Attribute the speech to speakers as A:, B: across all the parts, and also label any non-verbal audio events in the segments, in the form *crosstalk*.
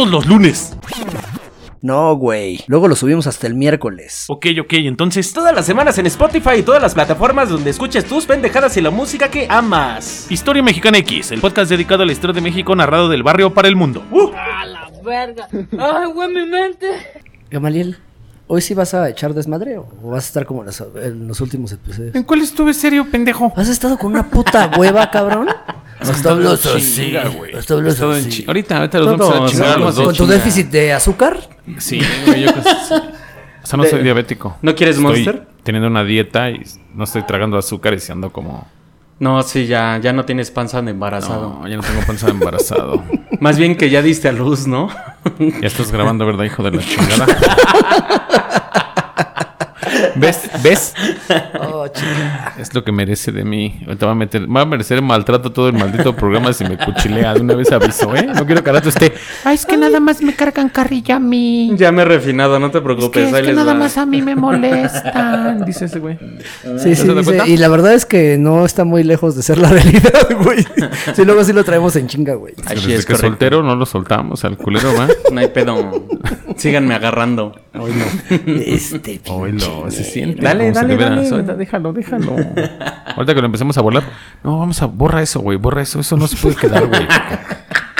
A: los lunes.
B: No, güey. Luego lo subimos hasta el miércoles.
A: Ok, ok, entonces.
C: Todas las semanas en Spotify y todas las plataformas donde escuches tus pendejadas y la música que amas.
A: Historia Mexicana X, el podcast dedicado a la historia de México narrado del barrio para el mundo.
D: A la verga. Ay, güey, mi mente.
B: Gamaliel, ¿hoy sí vas a echar desmadre o vas a estar como en los, en los últimos episodios?
A: ¿En cuál estuve serio, pendejo?
B: ¿Has estado con una puta hueva, cabrón? Hasta hablas así, hasta hablas así.
E: Ahorita, ahorita
B: Todo
E: los vamos a
B: chingado.
E: chingar los
B: ¿Con
E: dos.
B: tu déficit de azúcar?
E: Sí, güey, yo creo que sí. O sea, no soy diabético.
F: ¿No quieres
E: Estoy
F: Monster?
E: Teniendo una dieta y no estoy tragando azúcares y ando como.
F: No, sí, ya, ya no tienes panza de embarazado.
E: No, ya no tengo panza de embarazado.
F: *laughs* Más bien que ya diste a luz, ¿no?
E: *laughs* ya estás grabando, ¿verdad, hijo de la
F: *laughs*
E: chingada? ¿Ves? ¿Ves?
B: Oh, chica.
E: Es lo que merece de mí. Ahorita va a meter, va a merecer maltrato todo el maldito programa si me cuchilea. De una vez aviso, ¿eh? No quiero que al rato esté.
G: Ay, es que nada más me cargan carrilla a mí.
F: Ya me he refinado, no te
G: Es
F: preocupes.
G: que, es
F: ahí
G: que
F: les
G: nada
F: va.
G: más a mí me
F: *laughs*
G: molestan.
E: Dice ese güey.
B: Sí, sí,
E: ¿Te das
B: dice,
E: cuenta?
B: y la verdad es que no está muy lejos de ser la *laughs* realidad, güey. Sí, luego sí lo traemos en chinga, güey.
F: Así
E: Desde
F: es
E: que
F: correcto.
E: soltero no lo soltamos al culero, *laughs* ¿va?
F: No
C: *laughs*
F: hay pedo. Síganme agarrando.
B: Este
E: Oilo, Pues se siente.
F: Dale,
E: como si
F: dale,
E: te hubieran-
F: dale.
E: Ahorita, déjalo, déjalo. *laughs* Ahorita que lo empecemos a volar. No, vamos a. Borra eso, güey. Borra eso. Eso no se puede quedar, *laughs* güey.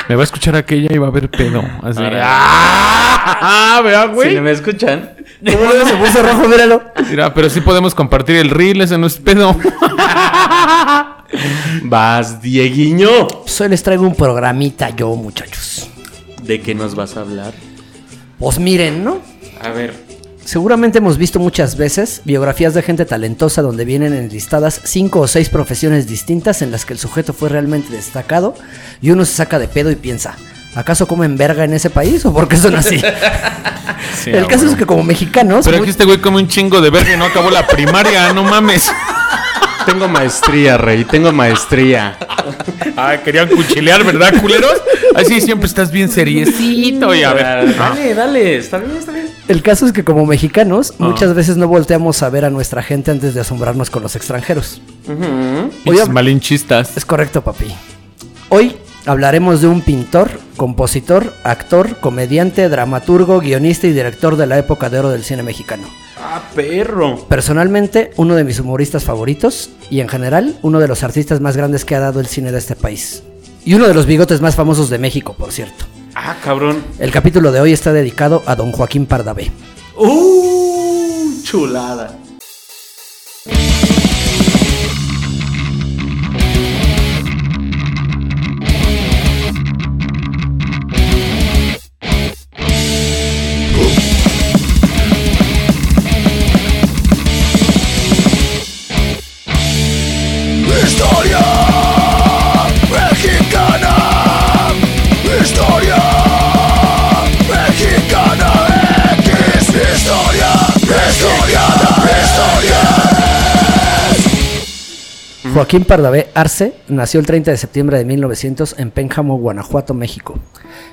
E: Me va a escuchar aquella y va a haber pedo. Así.
F: Ahora.
E: ¡Ah! Vea,
F: Si
E: güey.
F: no me escuchan,
B: pinche- se puso rojo, míralo.
E: Mira, pero sí podemos compartir el reel. Ese *laughs* no es pedo.
F: vas, Dieguiño.
B: Pues hoy les traigo un programita yo, muchachos.
F: ¿De qué nos vas a hablar?
B: Pues miren, ¿no?
F: A ver.
B: Seguramente hemos visto muchas veces biografías de gente talentosa donde vienen enlistadas cinco o seis profesiones distintas en las que el sujeto fue realmente destacado y uno se saca de pedo y piensa, ¿acaso comen verga en ese país o por qué son así?
E: Sí,
B: el
E: ah,
B: caso
E: bueno.
B: es que como mexicanos...
E: Pero
B: muy-
E: aquí este güey come un chingo de verga y no acabó la primaria. No mames.
F: *laughs* Tengo maestría, rey. Tengo maestría.
E: Ah, querían cuchilear, ¿verdad, culeros? Así siempre estás bien seriecito. Y a ver. ah.
F: Dale, dale. Está bien, está bien.
B: El caso es que como mexicanos
E: Ah.
B: muchas veces no volteamos a ver a nuestra gente antes de asombrarnos con los extranjeros.
E: Pinches malinchistas.
B: Es correcto, papi. Hoy hablaremos de un pintor, compositor, actor, comediante, dramaturgo, guionista y director de la época de oro del cine mexicano.
F: Ah, perro.
B: Personalmente, uno de mis humoristas favoritos y en general uno de los artistas más grandes que ha dado el cine de este país. Y uno de los bigotes más famosos de México, por cierto.
F: Ah, cabrón.
B: El capítulo de hoy está dedicado a don Joaquín Pardavé.
F: Uh, chulada.
B: Joaquín Pardavé Arce nació el 30 de septiembre de 1900 en Pénjamo, Guanajuato, México.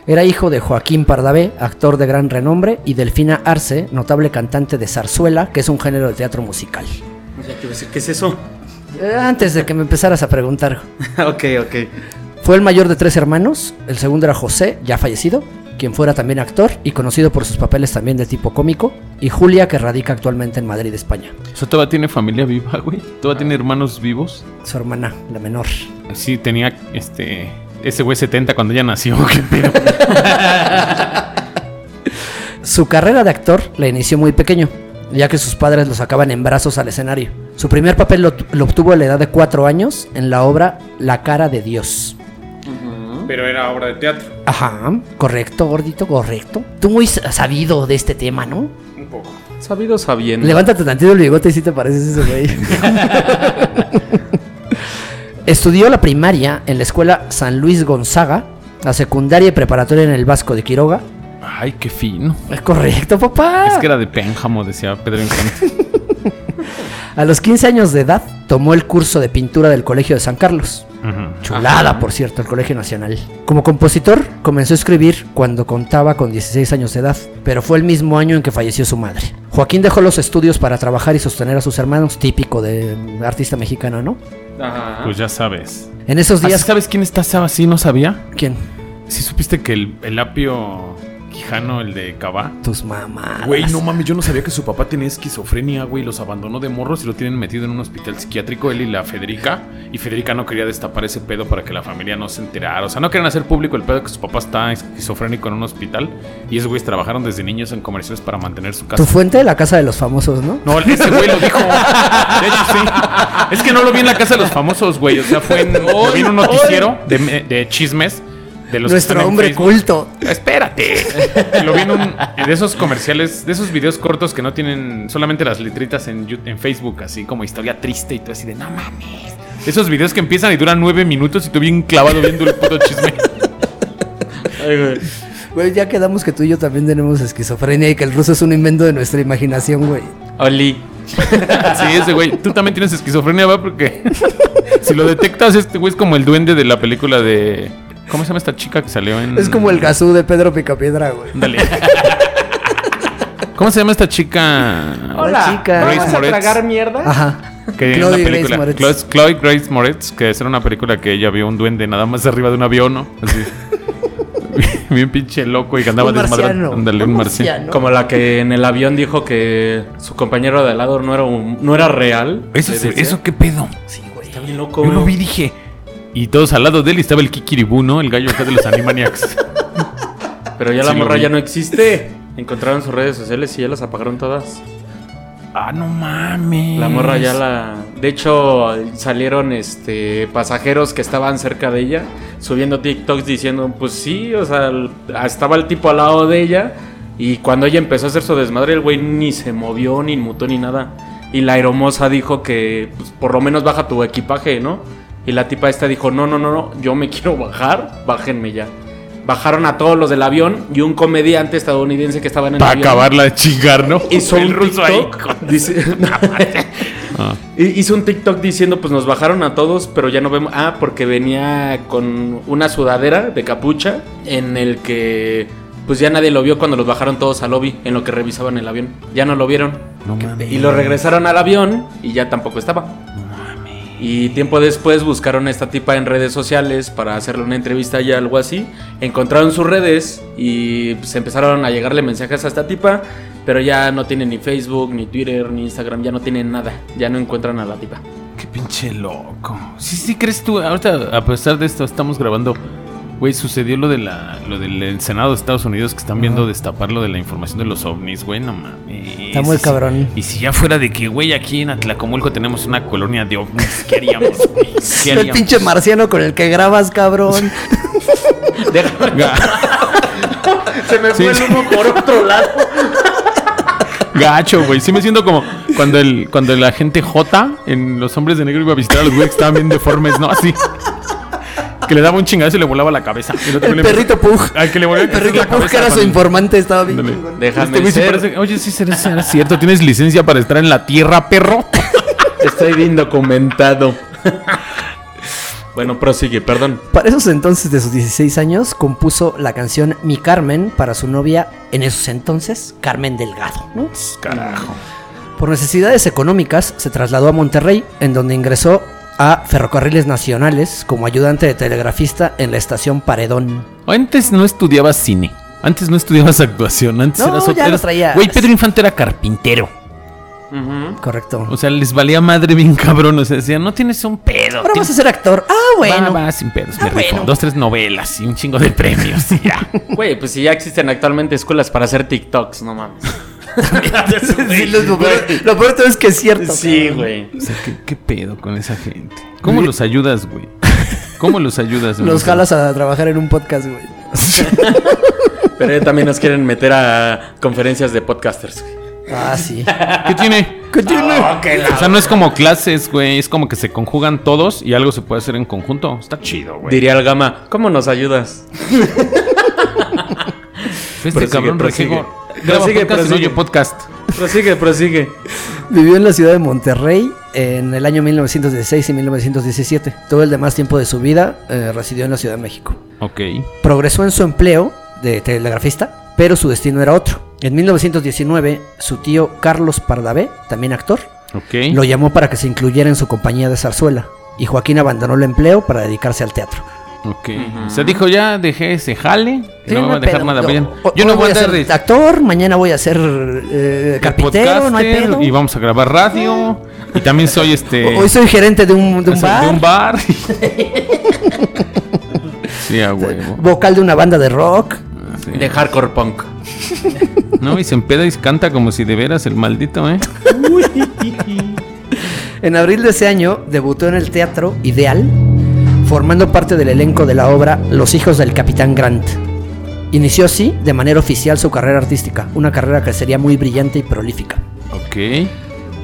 B: Era hijo de Joaquín Pardavé, actor de gran renombre, y Delfina Arce, notable cantante de zarzuela, que es un género de teatro musical.
F: ¿Qué es eso?
B: Eh, Antes de que me empezaras a preguntar,
F: *laughs* ok, ok.
B: fue el mayor de tres hermanos, el segundo era José, ya fallecido, quien fuera también actor y conocido por sus papeles también de tipo cómico, y Julia, que radica actualmente en Madrid, España,
E: O sea, todavía tiene familia Ah. viva, güey. Todavía tiene hermanos vivos.
B: su hermana, la menor.
E: Sí, tenía este Ese güey 70 cuando ya nació. *laughs* qué pedo.
B: Su carrera de actor la inició muy pequeño, ya que sus padres lo sacaban en brazos al escenario. Su primer papel lo, lo obtuvo a la edad de cuatro años en la obra La cara de Dios.
E: Pero era obra de teatro.
B: Ajá, correcto, gordito, correcto. Tú muy sa- sabido de este tema, ¿no?
E: Un poco.
C: Sabido sabiendo.
B: Levántate tantito el bigote y si te pareces ese güey.
E: *laughs*
B: Estudió la primaria en la escuela San Luis Gonzaga, la secundaria y preparatoria en el Vasco de Quiroga.
E: Ay, qué fino.
B: Es correcto, papá.
E: Es que era de Pénjamo, decía Pedro Infante.
B: A los 15 años de edad tomó el curso de pintura del Colegio de San Carlos.
E: Ujú.
B: Chulada, por cierto, el Colegio Nacional. Como compositor, comenzó a escribir cuando contaba con 16 años de edad, pero fue el mismo año en que falleció su madre. Joaquín dejó los estudios para trabajar y sostener a sus hermanos, típico de artista mexicano, ¿no?
E: Pues ya sabes.
B: En esos
E: ¿Así
B: días...
E: ¿Sabes quién está Saba? Sí, no sabía.
B: ¿Quién?
E: Si supiste que el, el apio quijano, el de Cabá.
B: Tus mamás.
E: Güey, no mames, yo no sabía que su papá tenía esquizofrenia, güey. Los abandonó de morros y lo tienen metido en un hospital psiquiátrico, él y la Federica. Y Federica no quería destapar ese pedo para que la familia no se enterara. O sea, no querían hacer público el pedo que su papá está esquizofrénico en un hospital. Y esos güeyes trabajaron desde niños en comerciales para mantener su
B: Tu
E: casa.
B: fuente, la casa de los famosos, ¿no?
E: No, ese güey lo dijo. *laughs* De hecho, sí. Es que no lo vi en la casa de los famosos, güey. O sea, fue en, lo vi en un noticiero de, de chismes. De los que
B: Nuestro
E: están en
B: hombre
E: Facebook.
B: culto.
E: Espérate. Lo vi en un- de esos comerciales, de esos videos cortos que no tienen solamente las letritas en, Yu- en Facebook, así como historia triste y todo así de no mames. Esos videos que empiezan y duran nueve minutos y tú bien clavado viendo el puto chisme.
B: Güey, ya quedamos que tú y yo también tenemos esquizofrenia y que el ruso es un invento de nuestra imaginación, güey.
C: Oli.
E: Sí, ese güey. Tú también tienes esquizofrenia, ¿va? Porque si lo detectas, este güey es como el duende de la película de. ¿Cómo se llama esta chica que salió en.?
B: Es como el gasú de Pedro Picapiedra, güey.
E: Dale. ¿Cómo se llama esta chica?
B: Hola, chica.
E: Grace
H: ¿Vas a
E: Moretz.
H: tragar mierda?
B: Ajá.
E: Que en
B: Chloe
E: una
B: Grace
E: película, Chloe-
B: Moretz.
E: Chloe Grace Moretz. que esa era una película que ella vio un duende nada más arriba de un avión, ¿no? Así. *laughs* Bien pinche loco y que andaba
B: Un marciano.
E: desmadrando. Ándale, un marciano.
C: Como la que en el avión dijo que su compañero de al lado no era, un- no era real.
E: Eso,
C: Le
E: se-
C: decía.
E: eso qué pedo.
B: Sí, güey.
C: Está bien loco.
E: Yo lo
C: güey.
E: vi, dije. Y todos al lado de él y estaba el Kikiribú, ¿no? El gallo acá de los Animaniacs.
B: *laughs*
C: Pero ya la
E: Sí lo
C: morra
E: vi.
C: ya no existe. Encontraron sus redes sociales y ya las apagaron todas.
E: ah, no mames.
A: Pues,
C: La morra ya la. De hecho, salieron este pasajeros que estaban cerca de ella subiendo TikToks diciendo, pues sí, o sea, el- estaba el tipo al lado de ella. Y cuando ella empezó a hacer su desmadre, el güey ni se movió, ni mutó, ni nada. Y la aeromoza dijo que pues, por lo menos baja tu equipaje, ¿no? Y la tipa esta dijo, no, no, no, no, yo me *laughs* quiero bajar, bájenme ya. Bajaron a todos los del avión y un comediante estadounidense que estaba en el
E: Para
C: avión
E: acabarla de chingar, ¿no?
C: *laughs* hizo
E: El
C: un
E: ruso
C: TikTok
E: ahí con-
C: *laughs* dice- *laughs*
E: Ah.
C: Hi- hizo un TikTok diciendo pues nos bajaron a todos pero ya no vemos ah porque venía con una sudadera de capucha en el que pues ya nadie lo vio cuando los bajaron todos al lobby en lo que revisaban el avión ya no lo vieron
E: No mames.
C: y lo regresaron al avión y ya tampoco estaba y tiempo después buscaron a esta tipa en redes sociales para hacerle una entrevista y algo así. Encontraron sus redes y pues empezaron a llegarle mensajes a esta tipa, pero ya no tiene ni Facebook, ni Twitter, ni Instagram, ya no tienen nada. Ya no encuentran a la
F: *laughs*
C: tipa.
E: Qué pinche loco. *laughs* Sí, sí, crees tú. Ahorita, a pesar de esto, estamos grabando. Güey, sucedió lo de la, lo del Senado de Estados Unidos que están viendo destapar lo de la información de los ovnis, güey, no mames.
B: Está muy
E: Y si-
B: cabrón.
E: Y si ya fuera de que, güey, aquí en Atlacomulco tenemos una colonia de ovnis, ¿qué haríamos, güey?
C: *laughs*
E: ¿Qué
B: El
E: haríamos?
B: pinche marciano con el que grabas,
E: *laughs*
B: cabrón.
C: Se me fue el humo por otro lado.
E: Gacho, güey. Sí me siento como cuando el, cuando la gente J en Los Hombres de Negro iba a visitar a los güeyes que estaban bien deformes, ¿no? Así. Que le daba un chingazo y le volaba la cabeza. Y otro
B: El
E: güey le-
B: perrito Pug.
E: Al que le volaba
B: El perrito
E: Eh, la
B: Pug,
E: cabeza
B: que era su
E: cuando-
B: informante, estaba bien.
E: Ándale.
B: chingón.
E: Este
C: Déjame
E: güey sí
C: ser.
E: parece- Oye, sí, será, será cierto. ¿Tienes licencia para estar en la tierra, perro?
C: Estoy bien documentado. bueno, prosigue, perdón.
B: Para esos entonces de sus 16 años, compuso la canción Mi Carmen para su novia, en esos entonces, Carmen Delgado. ¿no?
E: Carajo.
B: Por necesidades económicas, se trasladó a Monterrey, en donde ingresó a Ferrocarriles Nacionales como ayudante de telegrafista en la estación Paredón.
E: Antes no estudiabas cine. Antes no estudiabas actuación. Antes
B: No,
E: eras
B: ya lo
E: eras-
B: traías.
E: Güey, Pedro Infante era carpintero.
B: Correcto.
E: O sea, les valía madre bien *laughs* cabrón. O sea, decían, no tienes un pedo.
B: Ahora vas
E: tienes-
B: a ser actor. Ah, bueno.
E: Va, va, sin pedos,
B: Ah,
E: me rifo.
B: bueno.
E: Dos, tres novelas y un chingo de premios y ya.
F: Güey, pues si ya existen actualmente escuelas para hacer TikToks, no mames.
B: *laughs* Sí, lo, lo peor, lo peor de todo es que es cierto.
F: Sí,
B: cabrón.
F: güey.
E: O sea, ¿qué, qué pedo con esa gente? ¿Cómo los ayudas, güey? ¿Cómo los ayudas?
B: Los jalas a trabajar en un podcast, güey.
F: Pero ya también nos quieren meter a conferencias de podcasters. güey.
B: Ah, *laughs* sí.
E: ¿Qué tiene?
B: ¿Qué tiene?
E: O sea, no es como clases, güey. Es como que se conjugan todos y algo se puede hacer en conjunto. Está chido, güey.
F: Diría el gama, ¿cómo nos ayudas?
E: Este
F: prosigue,
E: cabrón
F: prosigue.
E: rejego. Graba
F: Prosigue,
E: podcast y no
F: prosigue.
E: oye podcast.
F: Prosigue, prosigue.
B: Vivió en la ciudad de Monterrey en el año 1916 y 1917. Todo el demás tiempo de su vida eh, residió en la Ciudad de México.
E: Ok.
B: Progresó en su empleo de telegrafista, pero su destino era otro. En 1919, su tío Carlos Pardavé, también actor,
E: Ok.
B: lo llamó para que se incluyera en su compañía de zarzuela. Y Joaquín abandonó el empleo para dedicarse al teatro.
E: Ok. Se dijo, ya dejé ese jale. no me voy a dejar nada.
B: Yo,
E: bien. Yo no voy a
B: ser
E: andar de- de
B: actor, mañana voy a ser eh, carpintero, no hay
E: podcaster
B: pedo.
E: Y vamos a grabar radio. Y también soy este.
B: *laughs* Hoy soy gerente de un, de un bar.
E: De
B: *laughs*
E: un bar. sí, a huevo.
B: vocal de una banda de rock.
E: Sí.
F: De hardcore punk.
E: No, y se empeda y canta como si de veras el maldito, ¿eh?
B: En abril de ese año debutó en el teatro Ideal, formando parte del elenco de la obra Los hijos del capitán Grant. Inició así, de manera oficial, su carrera artística, una carrera que sería muy brillante y prolífica.
E: Ok.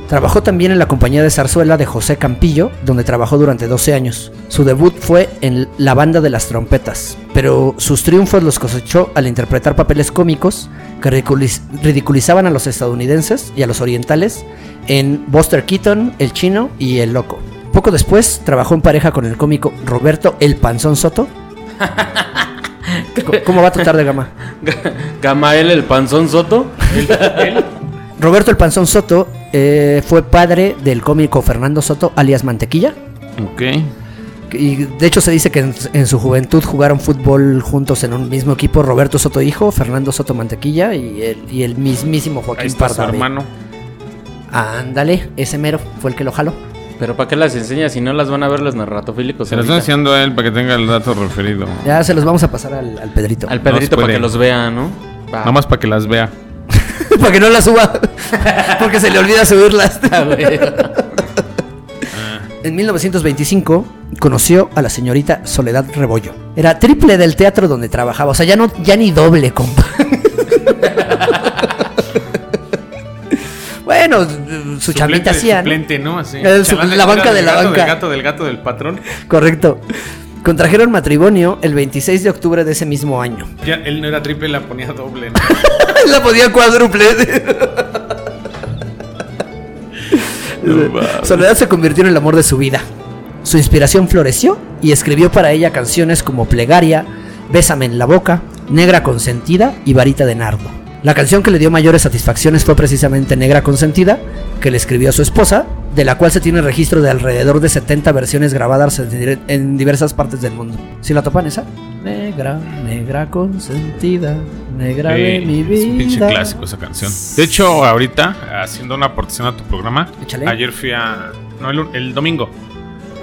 B: Trabajó también en la compañía de zarzuela de José Campillo, donde trabajó durante 12 años. Su debut fue en La Banda de las Trompetas, pero sus triunfos los cosechó al interpretar papeles cómicos que ridiculiz- ridiculizaban a los estadounidenses y a los orientales en Buster Keaton, El Chino y El Loco. Poco después trabajó en pareja con el cómico Roberto El Panzón Soto. ¿Cómo- ¿Cómo va a tratar de gama?
F: Gamael el panzón soto.
B: Roberto El Panzón Soto eh, fue padre del cómico Fernando Soto, alias Mantequilla.
E: Ok.
B: Y de hecho se dice que en, en su juventud jugaron fútbol juntos en un mismo equipo Roberto Soto Hijo, Fernando Soto Mantequilla y el, y el mismísimo
E: Ahí
B: Joaquín
E: está su
B: Pardavé.
E: hermano.
B: Ándale, ese mero fue el que lo jaló.
F: Pero ¿para qué las enseñas si no las van a ver los narratofílicos?
E: Se lo estoy
F: ahorita?
E: haciendo a él para que tenga el dato referido.
B: Ya se los vamos a pasar al, al Pedrito.
F: Al Pedrito
E: No se
F: para
E: puede.
F: que los vea, ¿no? Va.
E: Nada
F: *laughs*
E: más para que las vea.
B: *laughs* Para que no la suba. *laughs* Porque se le olvida subirlas.
F: A ver.
B: *laughs* En 1925 conoció a la señorita Soledad Rebollo. Era triple del teatro donde trabajaba. O sea, ya, no, ya ni doble, compa. *laughs* bueno, su chamita hacía. ¿no?
E: Suplente, ¿no? Así.
B: El su-
E: Chalán
B: la banca
E: era
B: de
E: del
B: la
E: gato,
B: banca.
E: Del gato, del gato, del patrón.
B: Correcto. Contrajeron matrimonio el 26 de octubre de ese mismo año. *laughs*
E: Ya, él no era triple, la ponía doble. ¿no?
B: La podía cuádruple. Soledad se convirtió en el amor de su vida. Su inspiración floreció y escribió para ella canciones como Plegaria, Bésame en la boca, Negra consentida y Varita de nardo. La canción que le dio mayores satisfacciones fue precisamente Negra consentida, que le escribió a su esposa, de la cual se tiene registro de alrededor de 70 versiones grabadas en dire- en diversas partes del mundo. ¿Sí la topan esa? Negra, negra consentida, negra de
E: Sí,
B: mi
E: Es
B: vida.
E: un pinche clásico esa canción. De hecho, ahorita, haciendo una aportación a tu programa,
B: Échale.
E: ayer fui a. No, el, lun- el domingo.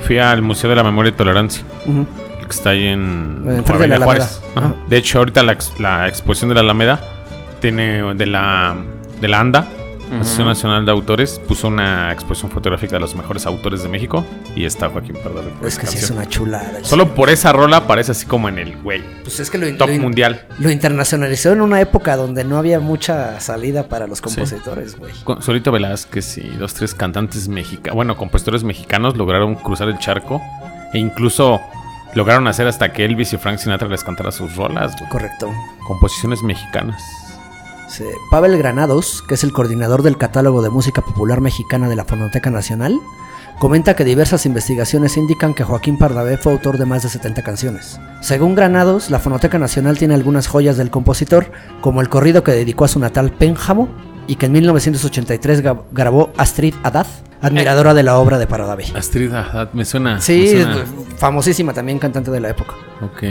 E: Fui al Museo de la Memoria y Tolerancia,
B: Ujú.
E: el que está ahí en.
B: Enfrente de la
E: Avenida
B: Alameda.
E: Ajá.
B: Ajá.
E: De hecho, ahorita la, ex- la exposición de la Alameda tiene de la, de la ANDA. Asociación Nacional de Autores puso una exposición fotográfica de los mejores autores de México y está Joaquín Pardavé. por
B: Es
E: esa
B: que sí es
E: canción.
B: una chulada.
E: Solo por esa rola aparece así como en el güey.
B: Pues es que lo, in-
E: Top
B: lo in-
E: mundial.
B: lo internacionalizó en una época donde no había mucha salida para los compositores, güey.
E: Con Solito Velázquez y dos, tres cantantes mexicanos, bueno, compositores mexicanos lograron cruzar el charco e incluso lograron hacer hasta que Elvis y Frank Sinatra les cantara sus rolas, güey.
B: Correcto.
E: Composiciones mexicanas.
B: Sí. Pavel Granados, que es el coordinador del catálogo de música popular mexicana de la Fonoteca Nacional, comenta que diversas investigaciones indican que Joaquín Pardavé fue autor de más de 70 canciones. Según Granados, la Fonoteca Nacional tiene algunas joyas del compositor, como el corrido que dedicó a su natal Pénjamo y que en 1983 gab- grabó Astrid Haddad, admiradora de la obra de
A: Ah,
B: Pardavé.
E: Astrid Haddad, ah, me suena.
B: Sí,
E: me suena.
B: famosísima también cantante de la época.
E: Ok.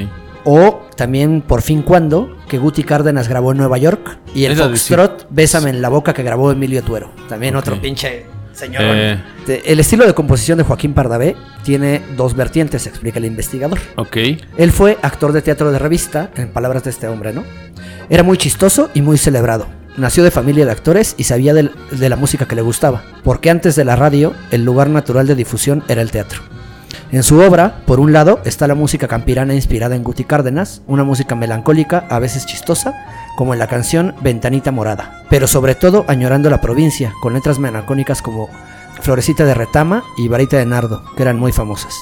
B: O también Por fin cuando, que Guti Cárdenas grabó en Nueva York. Y el
E: Esa de sí.
B: Foxtrot, Bésame en la boca, que grabó Emilio Tuero. También otro pinche señor.
E: Eh.
B: Te- El estilo de composición de Joaquín Pardavé tiene dos vertientes, explica el investigador.
E: Ok.
B: Él fue actor de teatro de revista, en palabras de este hombre, ¿no? Era muy chistoso y muy celebrado. Nació de familia de actores y sabía del- de la música que le gustaba, porque antes de la radio, el lugar natural de difusión era el teatro. En su obra, por un lado, está la música campirana inspirada en Guti Cárdenas, una música melancólica, a veces chistosa, como en la canción Ventanita Morada, pero sobre todo añorando la provincia, con letras melancólicas como Florecita de Retama y Varita de Nardo, que eran muy famosas.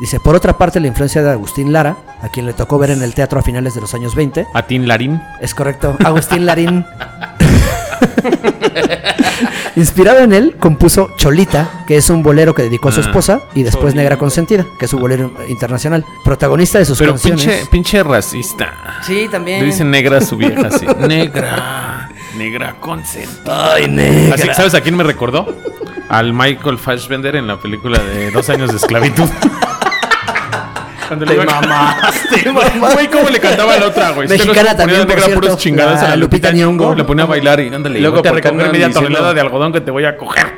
B: Dice, por otra parte, la influencia de Agustín Lara, a quien le tocó ver en el teatro a finales de los años 20,
A: A Tin Larín.
B: es correcto. Agustín Larín. *laughs* Inspirado en él, compuso Cholita, que es un bolero que dedicó a
E: Ah,
B: su esposa, y después Negra Consentida, que es un bolero internacional. Protagonista de sus
E: Pero
B: canciones.
E: pinche, pinche racista.
B: Sí, también.
E: Le dicen negra a su vieja, sí. Negra. *laughs* Negra consentida.
B: Ay, negra.
E: Así que, ¿sabes a quién me recordó? Al Michael Fassbender en la película de Dos años de esclavitud. Cuando le mamaste, *laughs* Güey, ¿cómo le cantaba a la otra, güey?
B: Mexicana
E: Se los ponía
B: también, por
E: negra
B: cierto.
E: puras chingadas a
B: La
E: la Lupita
B: Lupita Nyong'o.
E: Nyong'o. La ponía a bailar y ándale.
F: Luego,
E: Luego te
F: ¿por qué
E: recoger
F: andan
E: media
F: diciendo-
E: tonelada de algodón que te voy a
F: *laughs*
E: coger.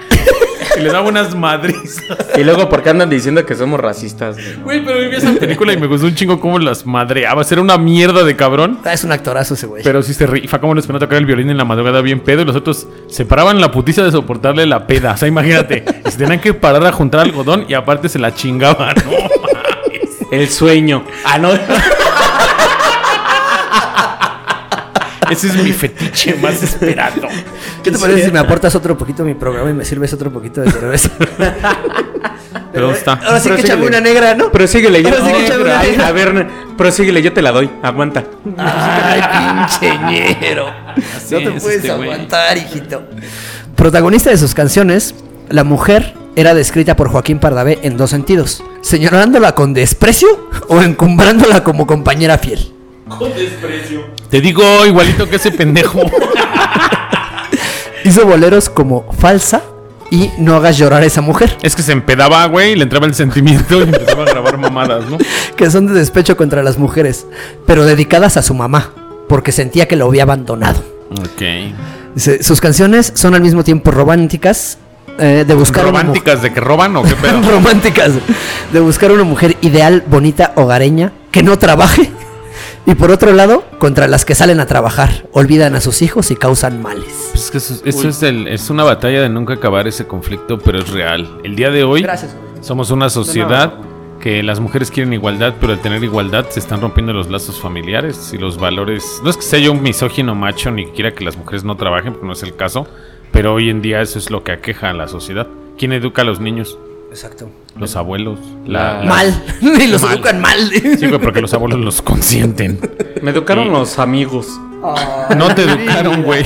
E: Y le daba unas madrizas.
F: Y luego, ¿por qué andan diciendo que somos racistas? güey?
E: Güey, pero viví esa película y me gustó un chingo cómo las madreabas. Era una mierda de cabrón.
B: Ah, es un actorazo ese güey.
E: Pero sí se rifa cómo les ponía a tocar el violín en la madrugada bien pedo y los otros se paraban la putiza de soportarle la peda. O sea, imagínate, se tenían que parar a juntar algodón y aparte se la chingaban. No mames.
F: El sueño. Ah, no.
E: Ese es mi fetiche más esperado.
B: ¿Qué te parece si me aportas otro poquito a mi programa y me sirves otro poquito de
F: *laughs*
B: cerveza?
E: Pero está.
B: Ahora sí que échame
F: Prosíguele.
B: una negra, ¿no?
F: Prosíguele. Yo,
B: Ahora sí que échame una
F: Ay,
B: negra.
F: a ver, prosíguele, yo te la doy. Aguanta.
B: Ay, pincheñero. No te puedes
F: este
B: aguantar, hijito. Protagonista de sus canciones, la mujer era descrita por Joaquín Pardavé en dos sentidos: señalándola con desprecio o encumbrándola como compañera fiel.
E: Te digo igualito que ese pendejo.
B: Hizo boleros como falsa y no hagas llorar a esa mujer,
E: Es que se empedaba, güey, y le entraba el sentimiento y empezaba a grabar mamadas, ¿no?
B: que son de despecho contra las mujeres, pero dedicadas a su mamá, porque sentía que lo había abandonado.
E: Ok.
B: Dice, Sus canciones son al mismo tiempo románticas, eh, de buscar una mujer-
E: ¿Románticas de que roban o qué pedo?
B: *laughs* románticas de buscar una mujer ideal, bonita, hogareña, que no trabaje. Y por otro lado, contra las que salen a trabajar, olvidan a sus hijos y causan males.
E: Pues es que eso, eso es, el- es una batalla de nunca acabar ese conflicto, pero es real. El día de hoy
B: Gracias,
E: somos una sociedad que las mujeres quieren igualdad, pero al tener igualdad se están rompiendo los lazos familiares y los valores. No es que sea yo un misógino macho ni que quiera que las mujeres no trabajen, porque no es el caso, pero hoy en día eso es lo que aqueja a la sociedad. ¿Quién educa a los niños?
B: Exacto.
E: Los abuelos. La-
F: La-
E: la-
B: Mal. *laughs* Y los
E: Mal.
B: educan mal.
E: Sí, güey, porque los abuelos los consienten.
F: Me educaron
E: Sí.
F: los amigos.
E: No te educaron, güey.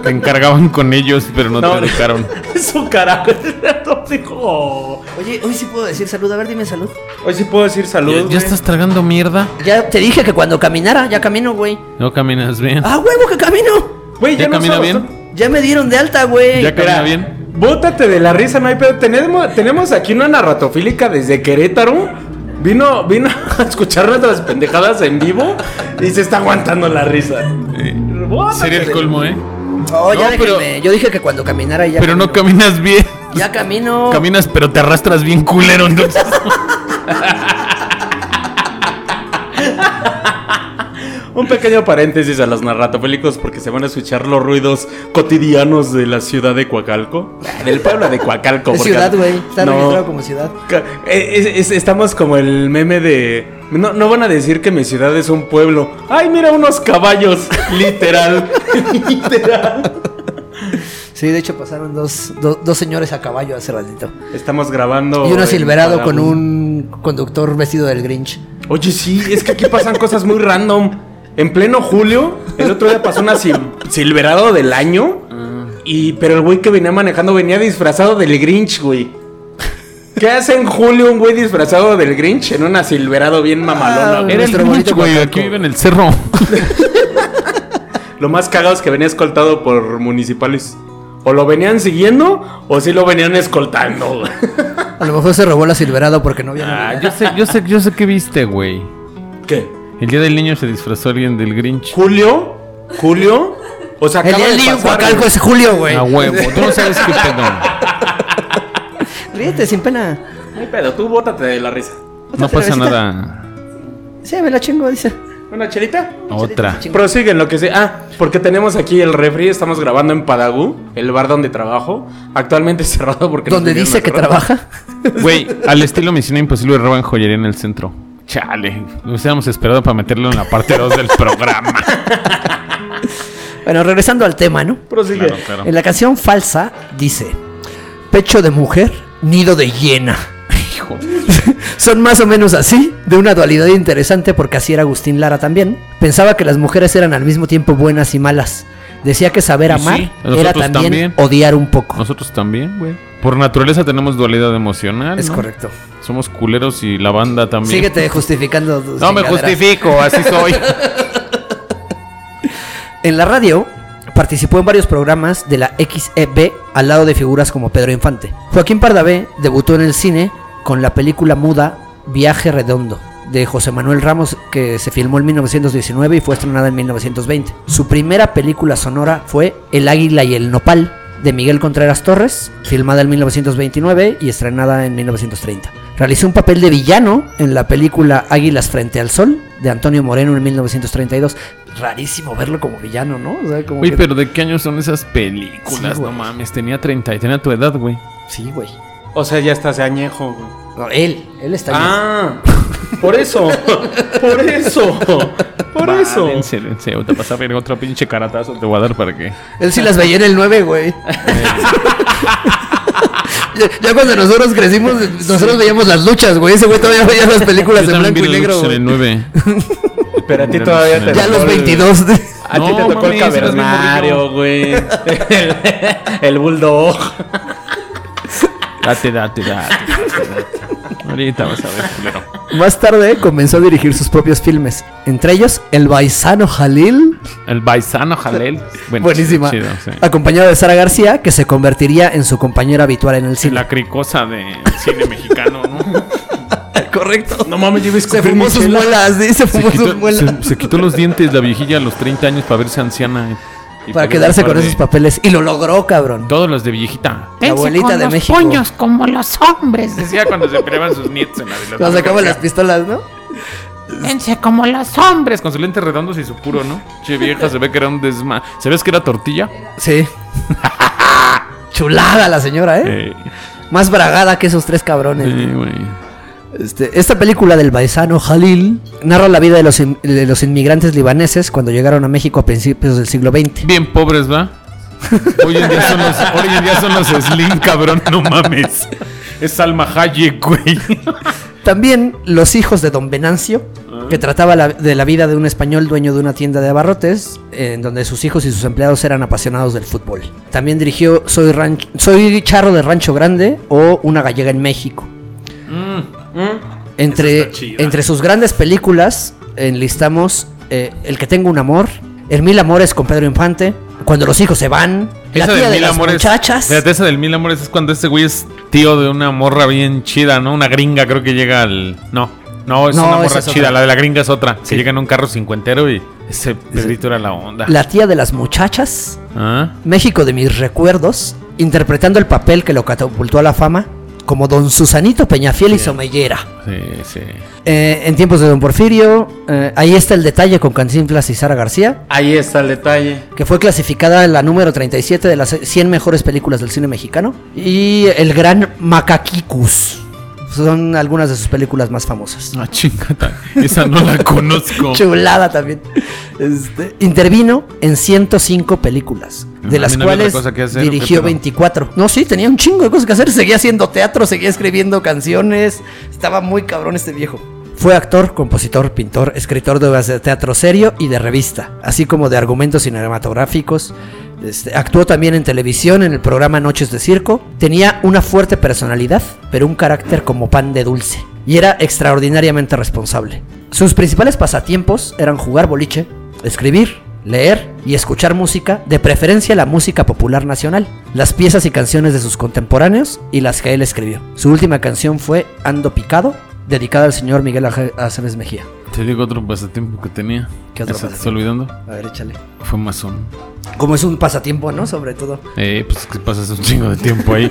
E: Te encargaban con ellos, pero no,
F: No.
E: te educaron.
F: Eso carajo. Dijo.
B: Oye, hoy sí puedo decir salud. A ver, dime salud.
F: Hoy sí puedo decir salud.
E: ¿Ya,
F: güey.
E: ya estás tragando mierda?
B: Ya te dije que cuando caminara, ya camino, güey.
E: No caminas bien.
B: ¡Ah, huevo que camino!
F: Güey,
E: ¿Ya
F: no
E: camina
F: sabes,
E: bien?
F: ¿no?
B: Ya me dieron de alta, güey.
E: ¿Ya camina
F: Espera,
E: bien?
F: Bótate de la risa, no hay pedo. Tenemos, tenemos aquí una narratofílica desde Querétaro. Vino, vino a escuchar nuestras pendejadas en vivo y se está aguantando la risa. Bótate
E: Sería el
F: de-
E: colmo, ¿eh?
B: Oh, ya
E: No, pero-
B: déjenme. Yo dije que cuando caminara ya.
E: Pero no caminas bien.
B: Ya camino.
E: Caminas, pero te arrastras bien culero, entonces.
F: Un pequeño paréntesis a los narratofílicos porque se van a escuchar los ruidos cotidianos de la ciudad de Coacalco. Ah, Del pueblo de Coacalco.
B: Es
F: porque-
B: ciudad, güey. Está
F: No.
B: registrado como ciudad.
F: Ca- es- es- estamos como el meme de. No, no van a decir que mi ciudad es un pueblo. ¡Ay, mira unos caballos! *laughs* Literal. Literal.
B: Sí, de hecho pasaron dos, do- dos señores a caballo hace ratito.
F: Estamos grabando.
B: y uno
F: en
B: silverado con
F: Palawan.
B: un conductor vestido del Grinch.
F: Oye, sí, es que aquí pasan cosas muy random. En pleno julio, el otro día pasó una sil- silverado del año. Y, pero el güey que venía manejando venía disfrazado del Grinch, güey. ¿Qué hace en julio un güey disfrazado del Grinch en una silverado bien mamalona?
B: Ah,
F: güey?
E: Era el
B: Nuestro
E: Grinch,
B: bonito
E: güey.
B: Coacalco.
E: Aquí vive en el cerro.
F: Lo más cagado es que venía escoltado por municipales. O lo venían siguiendo o sí lo venían escoltando. güey.
B: A lo mejor se robó la silverado porque no había
E: Ah,
B: Navidad.
E: yo sé, yo sé, yo sé qué viste, güey.
F: ¿Qué?
E: El día del niño se disfrazó alguien del Grinch.
F: ¿Julio? ¿Julio? O sea,
B: El
F: acaba de
B: Elio
F: pasar.
B: Guacalco es Julio, güey.
E: A huevo. Tú no sabes qué
F: *laughs*
E: pedo.
B: Ríete sin pena.
F: Ay, pedo, tú bótate de la risa.
E: No pasa nada.
B: Sí, me la chingo, dice.
F: ¿Una chelita?
E: Otra.
F: Prosiguen lo que sea. Ah, porque tenemos aquí el refri, estamos grabando en Padagú, el bar donde trabajo. Actualmente cerrado porque... nos
B: Donde
F: pidieron
B: dice que
F: cerrar.
B: trabaja.
E: Güey, al estilo Misión Imposible roban joyería en el centro. Chale, nos hubiéramos esperado para meterlo en la parte 2 del
B: *laughs*
E: programa.
B: Bueno, regresando al tema, ¿no?
F: Prosigue.
E: Claro, claro.
B: En la canción falsa dice: Pecho de mujer, nido de hiena. *laughs*
E: Hijo.
B: Son más o menos así, de una dualidad interesante porque así era Agustín Lara también. Pensaba que las mujeres eran al mismo tiempo buenas y malas. Decía que saber
E: Y sí,
B: amar era
E: nosotros
B: también,
E: también.
B: odiar un poco.
E: Nosotros también, güey. Por naturaleza tenemos dualidad emocional.
B: es
E: ¿no?
B: correcto.
E: Somos culeros y la banda también.
B: Síguete justificando. tus
E: No me
B: chingaderas.
E: justifico, así *laughs* soy.
B: En la radio participó en varios programas de la XEB al lado de figuras como Pedro Infante. Joaquín Pardavé debutó en el cine con la película muda Viaje Redondo de José Manuel Ramos que se filmó en 1919 y fue estrenada en 1920. Su primera película sonora fue El Águila y el Nopal de Miguel Contreras Torres, filmada en 1929 y estrenada en 1930. Realizó un papel de villano en la película Águilas frente al sol de Antonio Moreno en 1932. Rarísimo verlo como villano, ¿no? O sea, como
E: Güey,
B: que-
E: pero ¿de qué año son esas películas?
B: Sí,
E: no
B: güey.
E: mames, tenía 30 y tenía tu edad, güey.
B: Sí, güey.
F: O sea, ya estás de añejo, güey.
B: No, él, él está
F: Ah, por eso. Por eso. Por eso.
E: En serio, en serio, te vas a ver otro pinche caratazo, te voy a dar para que.
B: bien. Él sí las veía en el 9,
E: *laughs*
B: güey.
E: Eh.
B: ya, ya cuando nosotros crecimos, nosotros veíamos las luchas, güey. Ese güey todavía veía las películas
E: Yo
B: en
E: también
B: blanco
E: vi
B: y
E: el
B: negro,
E: Lux en el
B: güey. *laughs*
E: 9.
F: Pero a ti todavía te
B: Ya a
F: tocó
B: los
F: el-
B: 22. de-
F: A ti
E: No,
F: te tocó
E: mami,
F: el
E: eras bien
F: cavernario, güey. El, el bulldog.
E: Date, date, date. Ahorita vas a ver, culero.
B: Más tarde comenzó a dirigir sus propios filmes, entre ellos El Baisano Jalil,
E: El Baisano *laughs* Jalel. Bueno,
B: buenísima,
E: chido, *laughs* sí.
B: acompañado de Sara García, que se convertiría en su compañera habitual en el
E: Sí,
B: cine.
E: La cricosa de cine mexicano, ¿no?
B: Correcto.
F: No mames, yo vi
B: Se fumó sus muelas, sí, se
E: Se
B: fumó sus
E: quitó,
B: muelas.
E: se- se quitó los dientes la viejilla a los 30 años para verse anciana. eh. y- y
B: Para
E: poder
B: quedarse
E: ocupar
B: con
E: de-
B: esos papeles. Y lo logró, cabrón.
E: Todos los de viejita.
B: La abuelita
G: con
B: de
G: los
B: México.
G: puños como los hombres.
E: Decía cuando se peleaban sus nietos en la de
B: Lo sacaba las pistolas, ¿no?
G: Dense como los hombres.
E: Con sus lentes redondos y su puro, ¿no? Che vieja, se ve que era un desma. ¿Sabías que era tortilla? *laughs*
B: Sí. Chulada la señora, ¿eh?
E: Eh,
B: Más bragada que esos tres cabrones.
E: eh, güey.
B: Este, esta película del paisano Jalil narra la vida de los, in- de los inmigrantes libaneses cuando llegaron a México a principios del siglo XX.
E: Bien pobres, ¿va? Hoy en día son los, hoy en día son los Slim, cabrón, no mames. Es Alma Hayek, güey.
B: También los hijos de Don Venancio, que trataba la- de la vida de un español dueño de una tienda de abarrotes, en donde sus hijos y sus empleados eran apasionados del fútbol. También dirigió Soy, Ranch- Soy Charro de Rancho Grande o Una Gallega en México. Entre, entre sus grandes películas enlistamos eh, El que tengo un amor, El mil amores con Pedro Infante, Cuando los hijos se van, La tía de, las muchachas.
E: Fíjate, esa del Mil Amores es cuando este güey es tío de una morra bien chida, ¿no? Una gringa, creo que llega al. No, no, es
B: No,
E: una
B: esa
E: morra
B: es
E: chida.
B: otra.
E: La de la gringa es otra.
B: Sí.
E: Se llega en un carro cincuentero y ese Pedrito era la onda.
B: La tía de las muchachas.
E: ¿Ah?
B: México de mis recuerdos, interpretando el papel que lo catapultó a la fama como Don Susanito Peñafiel y Somellera.
E: Sí, sí.
B: Eh, en tiempos de Don Porfirio, eh, ahí está el detalle con Cantinflas y Sara García,
F: Ahí está el detalle.
B: que fue clasificada en la número 37 de las 100 mejores películas del cine mexicano, y el gran Macaquicus. Son algunas de sus películas más famosas.
E: Ah, chingada. Esa no la *laughs* conozco.
B: Chulada también. Este, intervino en 105 películas, de
E: Ah,
B: las
E: no había
B: cuales
E: otra cosa que hacer, ¿o qué
B: dirigió
E: pedo?
B: 24. No, sí, tenía un chingo de cosas que hacer. Seguía haciendo teatro, seguía escribiendo canciones. Estaba muy cabrón este viejo. Fue actor, compositor, pintor, escritor de obras de teatro serio y de revista, así como de argumentos cinematográficos. Este, actuó también en televisión, en el programa Noches de Circo. Tenía una fuerte personalidad, pero un carácter como pan de dulce. Y era extraordinariamente responsable. Sus principales pasatiempos eran jugar boliche, escribir, leer y escuchar música, de preferencia la música popular nacional, las piezas y canciones de sus contemporáneos y las que él escribió. Su última canción fue Ando Picado, dedicada al señor Miguel Aje- Aceves Mejía.
E: Te digo otro pasatiempo que tenía.
B: ¿Qué otro
E: ¿Ya se te está
B: pasatiempo?
E: olvidando?
B: A ver, échale.
E: Fue masón.
B: Como es un pasatiempo, ¿no? Sobre todo.
E: Eh, pues que pasas un chingo de tiempo ahí.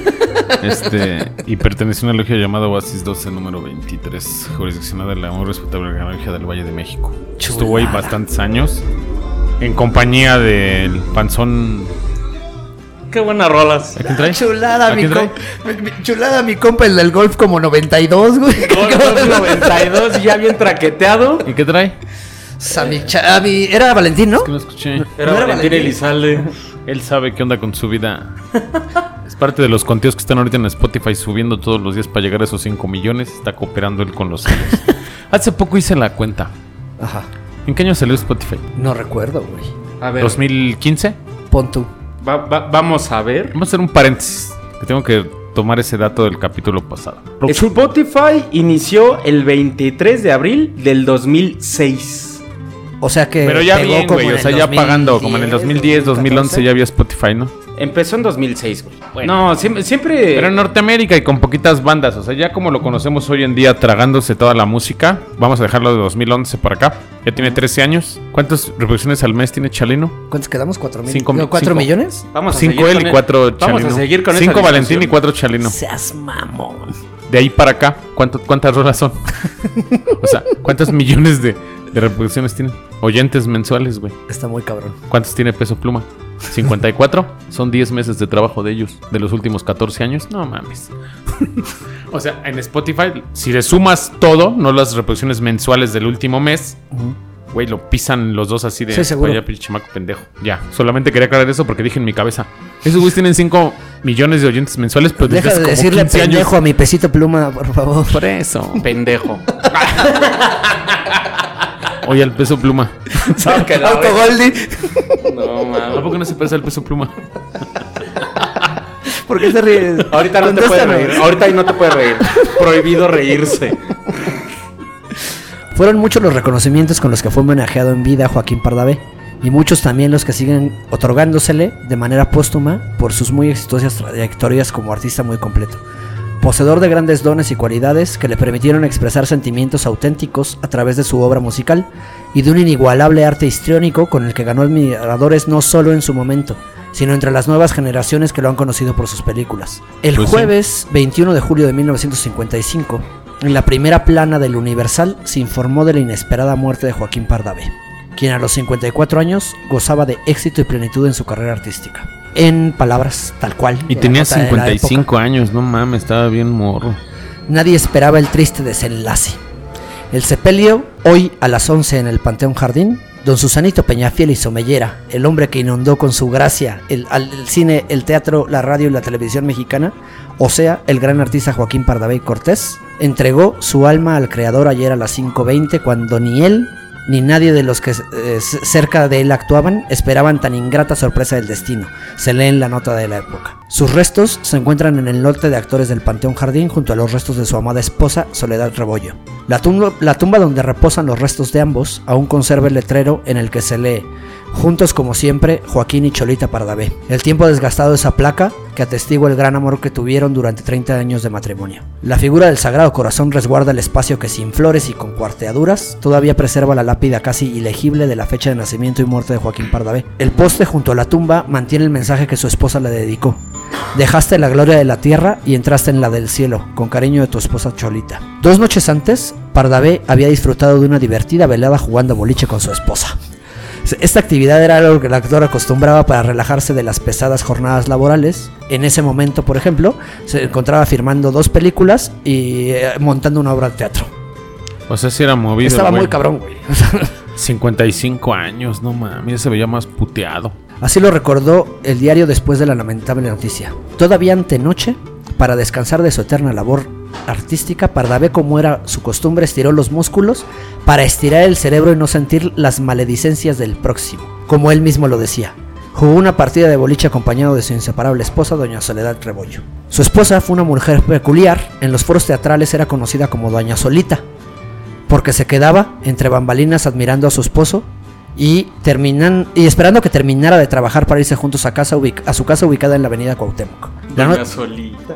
E: Este, y pertenece a una logia llamada Oasis 12, número 23, jurisdiccionada de la muy respetable logia del Valle de México. Estuvo ahí
B: Chulada.
E: bastantes años en compañía del panzón.
F: Qué buenas rolas.
E: ¿A quién
B: Ah,
E: trae?
B: Chulada,
E: ¿A
B: mi
E: quién trae?
B: compa. Chulada, mi compa, el del golf como 92, güey.
F: Gol, gol
B: *laughs*
F: 92 ya bien traqueteado.
E: ¿Y qué trae?
B: Sammy Cha- a mi- Era Valentín, ¿no?
E: Que no escuché.
F: Era
B: No era
F: Valentín
B: Valentín.
F: Elizalde.
E: Él sabe qué onda con su vida. Es parte de los conteos que están ahorita en Spotify subiendo todos los días para llegar a esos 5 millones. Está cooperando él con los años. Hace poco hice la cuenta.
B: Ajá.
E: ¿En qué año salió Spotify?
B: No recuerdo, güey.
F: A ver,
E: ¿2015?
B: Pon tú.
F: va- va- vamos a ver.
E: Vamos a hacer un paréntesis. Que tengo que tomar ese dato del capítulo pasado.
F: Spotify inició el 23 de abril del 2006.
B: O sea que.
E: Pero ya
B: pegó
E: bien,
B: como
E: güey.
B: en
E: O sea,
B: el
E: ya pagando.
B: 2010,
E: Como en el 2010, 2011 ya había Spotify, ¿no?
F: Empezó en 2006, güey. No, siempre... siempre-
E: Pero en Norteamérica y con poquitas bandas, o sea, ya como lo conocemos hoy en día, tragándose toda la música, vamos a dejarlo de 2011 para acá. Ya tiene 13 años. ¿Cuántas reproducciones al mes tiene Chalino?
B: ¿Cuántos quedamos? ¿Cuatro mil?
E: Cinco mil-
B: no, ¿Cuatro
E: cinco.
B: millones?
F: Vamos a
E: 5
F: seguir
E: él
F: con
E: y
F: e-
E: 4 Chalino.
F: Vamos a seguir con
E: 5
F: esa
E: Valentín y
F: discusión.
E: 4 Chalino.
B: Seas mamón.
E: De ahí para acá, ¿cuánto- ¿cuántas rolas son? *laughs* o sea, ¿cuántos millones de, de reproducciones tiene? Oyentes mensuales, güey.
B: Está muy cabrón.
E: ¿Cuántos tiene Peso Pluma? *laughs* 54. Son 10 meses de trabajo de ellos, de los últimos 14 años. No mames. *laughs* o sea, en Spotify, si le sumas todo, no las reproducciones mensuales del último mes, güey, lo pisan los dos así de.
B: Sí, seguro.
E: "Vaya pinche maco pendejo. Ya, solamente quería aclarar eso porque dije en mi cabeza. Esos güeyes tienen 5 millones de oyentes mensuales, pero desde
B: Deja
E: hace
B: de
E: como
B: decirle
E: 15 años.
B: pendejo a mi pesito pluma, por favor.
E: Por *laughs* eso.
F: Pendejo.
E: Oye, al Peso *laughs* Pluma.
B: Autogoldi.
F: No,
E: ¿A
F: mames.
E: poco no se parece al Peso Pluma?
B: ¿Por qué se ríe?
F: Ahorita no te puedes
B: Contéstanos.
F: reír. Ahorita ahí no te puedes reír. Prohibido reírse.
B: Fueron muchos los reconocimientos con los que fue homenajeado en vida Joaquín Pardavé, y muchos también los que siguen otorgándosele de manera póstuma por sus muy exitosas trayectorias como artista muy completo. Poseedor de grandes dones y cualidades que le permitieron expresar sentimientos auténticos a través de su obra musical y de un inigualable arte histriónico con el que ganó admiradores no solo en su momento, sino entre las nuevas generaciones que lo han conocido por sus películas. El
E: Pues sí.
B: jueves 21 de julio de 1955, en la primera plana del Universal se informó de la inesperada muerte de Joaquín Pardavé, quien a los 54 años gozaba de éxito y plenitud en su carrera artística. En palabras tal cual. de
E: Y
B: la
E: tenía
B: nota de la época,
E: 55 años, no mames, estaba bien morro.
B: Nadie esperaba el triste desenlace. El sepelio, hoy a las 11 en el Panteón Jardín, don Susanito Peñafiel y Somellera, el hombre que inundó con su gracia el, al- el cine, el teatro, la radio y la televisión mexicana, o sea, el gran artista Joaquín Pardavé Cortés, entregó su alma al creador ayer a las 5.20 cuando ni él ni nadie de los que eh, c- cerca de él actuaban esperaban tan ingrata sorpresa del destino. Se lee en la nota de la época. Sus restos se encuentran en el lote de actores del Panteón Jardín junto a los restos de su amada esposa Soledad Rebollo. La tumba, la tumba donde reposan los restos de ambos aún conserva el letrero en el que se lee Juntos como siempre, Joaquín y Cholita Pardavé. El tiempo desgastado de esa placa que atestigua el gran amor que tuvieron durante 30 años de matrimonio. La figura del Sagrado Corazón resguarda el espacio que sin flores y con cuarteaduras todavía preserva la lápida casi ilegible de la fecha de nacimiento y muerte de Joaquín Pardavé. El poste junto a la tumba mantiene el mensaje que su esposa le dedicó. Dejaste la gloria de la tierra y entraste en la del cielo, con cariño de tu esposa Cholita. Dos noches antes, Pardavé había disfrutado de una divertida velada jugando boliche con su esposa. Esta actividad era algo que el actor acostumbraba para relajarse de las pesadas jornadas laborales. En ese momento, por ejemplo, se encontraba firmando dos películas y eh, montando una obra de teatro.
E: O sea, sí era movido.
B: Estaba
E: güey.
B: muy cabrón, güey.
E: 55 años, no mames, se veía más puteado.
B: Así lo recordó el diario después de la lamentable noticia. Todavía antenoche, para descansar de su eterna labor artística, Pardavé, como era su costumbre, estiró los músculos para estirar el cerebro y no sentir las maledicencias del próximo, como él mismo lo decía. Jugó una partida de boliche acompañado de su inseparable esposa, doña Soledad Rebollo. Su esposa fue una mujer peculiar, en los foros teatrales era conocida como doña Solita, porque se quedaba entre bambalinas admirando a su esposo y terminan y esperando que terminara de trabajar para irse juntos a casa ubic- a su casa ubicada en la avenida Cuauhtémoc. La
F: Doña
B: no-
E: Ah,
F: solita.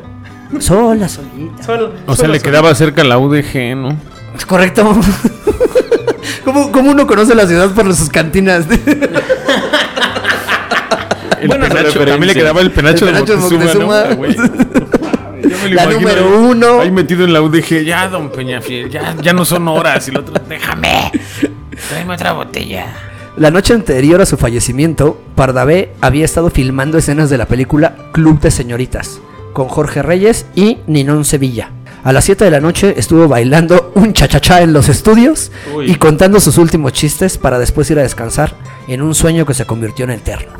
B: sola, solita.
F: Sol-
E: O sea,
F: solo
E: le
F: solita.
E: quedaba cerca la UDG, ¿no?
B: Correcto. ¿Cómo, cómo uno conoce la ciudad por sus cantinas? *laughs*
E: El
F: Buena
E: penacho,
F: referencia.
E: también le quedaba el penacho,
B: El penacho
E: de
B: de
E: Moctezuma,
B: Moctezuma. *laughs*
E: ¿no? Güey. Yo me lo
B: La
E: imagino
B: número
E: ahí-
B: uno.
E: Ahí metido en la UDG, ya, don Peñafiel, ya, ya no son horas. Y el otro, déjame.
G: Tráeme otra botella.
B: La noche anterior a su fallecimiento, Pardavé había estado filmando escenas de la película Club de Señoritas, con Jorge Reyes y Ninón Sevilla. A las 7 de la noche estuvo bailando un chachachá en los estudios
F: Uy.
B: y contando sus últimos chistes para después ir a descansar en un sueño que se convirtió en eterno.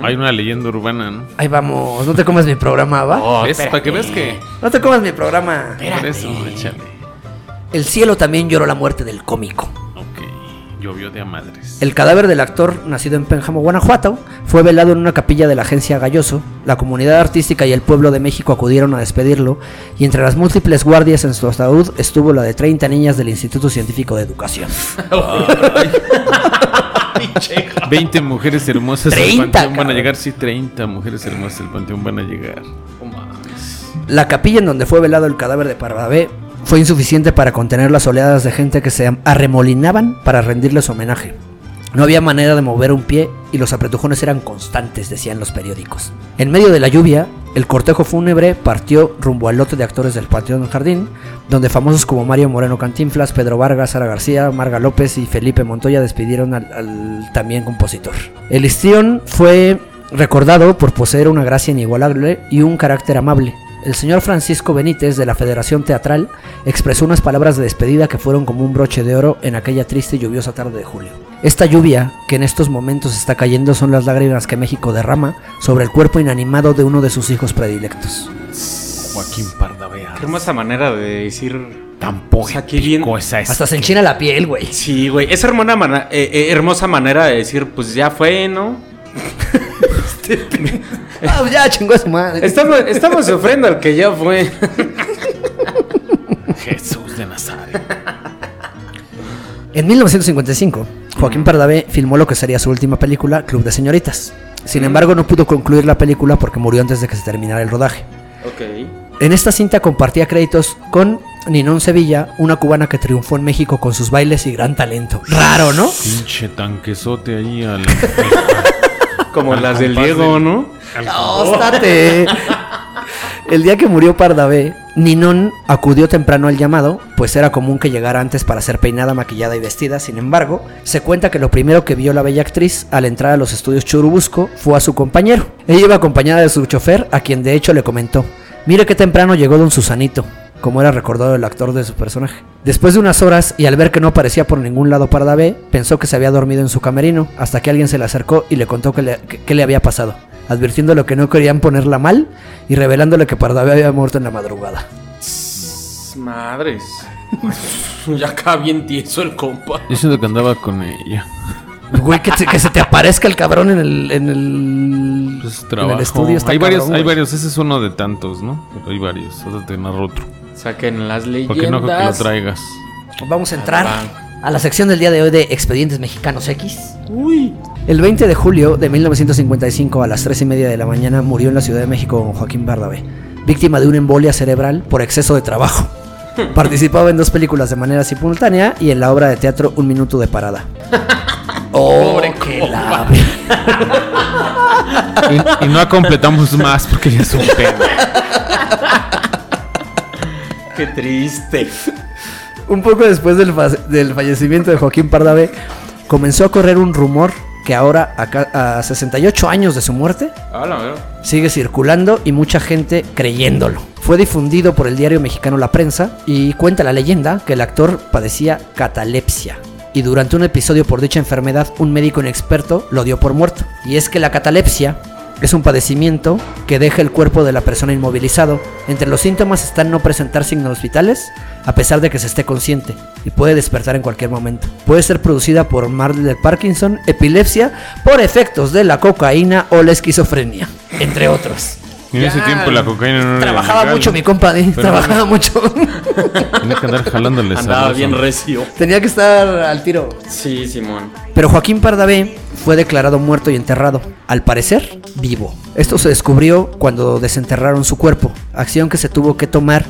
E: Hay una leyenda urbana, ¿no?
B: Ahí vamos, no te comas mi programa, ¿va?
F: Oh,
E: ¿Ves? Para que veas
F: *laughs*
E: que.
B: No te comas mi programa.
E: Por eso, échale.
B: El cielo también lloró la muerte del cómico.
E: Ok, llovió de a madres.
B: El cadáver del actor, nacido en Pénjamo, Guanajuato, fue velado en una capilla de la agencia Galloso. La comunidad artística y el pueblo de México acudieron a despedirlo, y entre las múltiples guardias en su ataúd estuvo la de 30 niñas del Instituto Científico de Educación.
F: Oh,
E: 20 mujeres hermosas del
B: 30,
E: panteón van a
B: cabrón.
E: llegar. Sí, 30 mujeres hermosas del panteón van a llegar.
B: La capilla en donde fue velado el cadáver de Pardavé fue insuficiente para contener las oleadas de gente que se arremolinaban para rendirles homenaje. No había manera de mover un pie y los apretujones eran constantes, decían los periódicos. En medio de la lluvia, el cortejo fúnebre partió rumbo al lote de actores del Panteón Jardín, donde famosos como Mario Moreno Cantinflas, Pedro Vargas, Sara García, Marga López y Felipe Montoya despidieron al, al también compositor. El histrión fue recordado por poseer una gracia inigualable y un carácter amable. El señor Francisco Benítez de la Federación Teatral expresó unas palabras de despedida que fueron como un broche de oro en aquella triste y lluviosa tarde de julio. Esta lluvia que en estos momentos está cayendo son las lágrimas que México derrama sobre el cuerpo inanimado de uno de sus hijos predilectos.
E: Joaquín Pardavea.
F: Qué hermosa manera de decir.
E: Tan
F: O sea, qué bien.
E: poético esa es.
B: Hasta se enchina la piel, güey.
F: Sí, güey. Esa hermana mana- eh, eh, hermosa manera de decir, pues ya fue, ¿no?
B: *laughs* Ah, pues ya chingó a su madre.
F: Estamos, estamos ofrenda al que ya fue.
E: Jesús de Nazaret.
B: En 1955, Joaquín Pardavé filmó lo que sería su última película, Club de Señoritas. Sin embargo, no pudo concluir la película porque murió antes de que se terminara el rodaje.
F: ok.
B: En esta cinta compartía créditos con Ninón Sevilla, una cubana que triunfó en México con sus bailes y gran talento. Raro, ¿no?
E: Pinche tanquesote ahí al.
B: *laughs*
F: Como
E: Al
F: las del
E: compás
F: Diego,
E: del-
F: ¿no?
B: ¡Óstate! El día que murió Pardavé, Ninón acudió temprano al llamado, pues era común que llegara antes para ser peinada, maquillada y vestida. Sin embargo, se cuenta que lo primero que vio la bella actriz al entrar a los estudios Churubusco fue a su compañero. Ella iba acompañada de su chofer, a quien de hecho le comentó: Mire qué temprano llegó don Susanito. Como era recordado el actor de su personaje. Después de unas horas y al ver que no aparecía por ningún lado Pardavé, pensó que se había dormido en su camerino, hasta que alguien se le acercó y le contó que le, que- que le había pasado, advirtiéndole que no querían ponerla mal y revelándole que Pardavé había muerto en la madrugada.
F: Madres. *laughs* ya acá bien tieso el compa.
E: Yo siento que andaba con ella.
B: Güey, que, te- que se te aparezca el cabrón en el. En el,
E: Pues
B: en
E: trabajo.
B: el estudio está
E: hay varios,
B: cabrón,
E: hay
B: güey.
E: varios. Ese es uno de tantos, ¿no? Pero hay varios. Ahora te narro otro.
F: Saquen las leyendas.
E: Porque no creo que lo traigas.
B: Pues Vamos a entrar
F: Ah,
B: a la sección del día de hoy de Expedientes Mexicanos X.
F: Uy.
B: El 20 de julio de 1955 a las 3 y media de la mañana murió en la Ciudad de México don Joaquín Bardavé, víctima de una embolia cerebral por exceso de trabajo. Participaba en dos películas de manera simultánea y en la obra de teatro Un Minuto de Parada. ¡Oh, qué la ve-
E: Y, y no completamos más porque ya es un pedo.
F: Qué triste.
B: Un poco después del, fa- del fallecimiento de Joaquín Pardavé, comenzó a correr un rumor que ahora, a ca- a 68 años de su muerte,
F: Hola, bro.
B: sigue circulando y mucha gente creyéndolo. Fue difundido por el diario mexicano La Prensa y cuenta la leyenda que el actor padecía catalepsia. Y durante un episodio por dicha enfermedad, un médico inexperto lo dio por muerto. Y es que la catalepsia es un padecimiento que deja el cuerpo de la persona inmovilizado. Entre los síntomas están no presentar signos vitales, a pesar de que se esté consciente, y puede despertar en cualquier momento. Puede ser producida por mal de Parkinson, epilepsia, por efectos de la cocaína o la esquizofrenia, entre otros.
E: *laughs* En ese tiempo la cocaína no era
B: Trabajaba
E: legal.
B: mucho mi compadre, trabajaba mucho.
E: *laughs*
B: *laughs*
E: Tenía que andar jalándole
F: Andaba
E: sabroso.
F: bien recio.
B: Tenía que estar al tiro.
F: Sí, Simón.
B: Pero Joaquín Pardavé fue declarado muerto y enterrado, al parecer vivo. Esto se descubrió cuando desenterraron su cuerpo, acción que se tuvo que tomar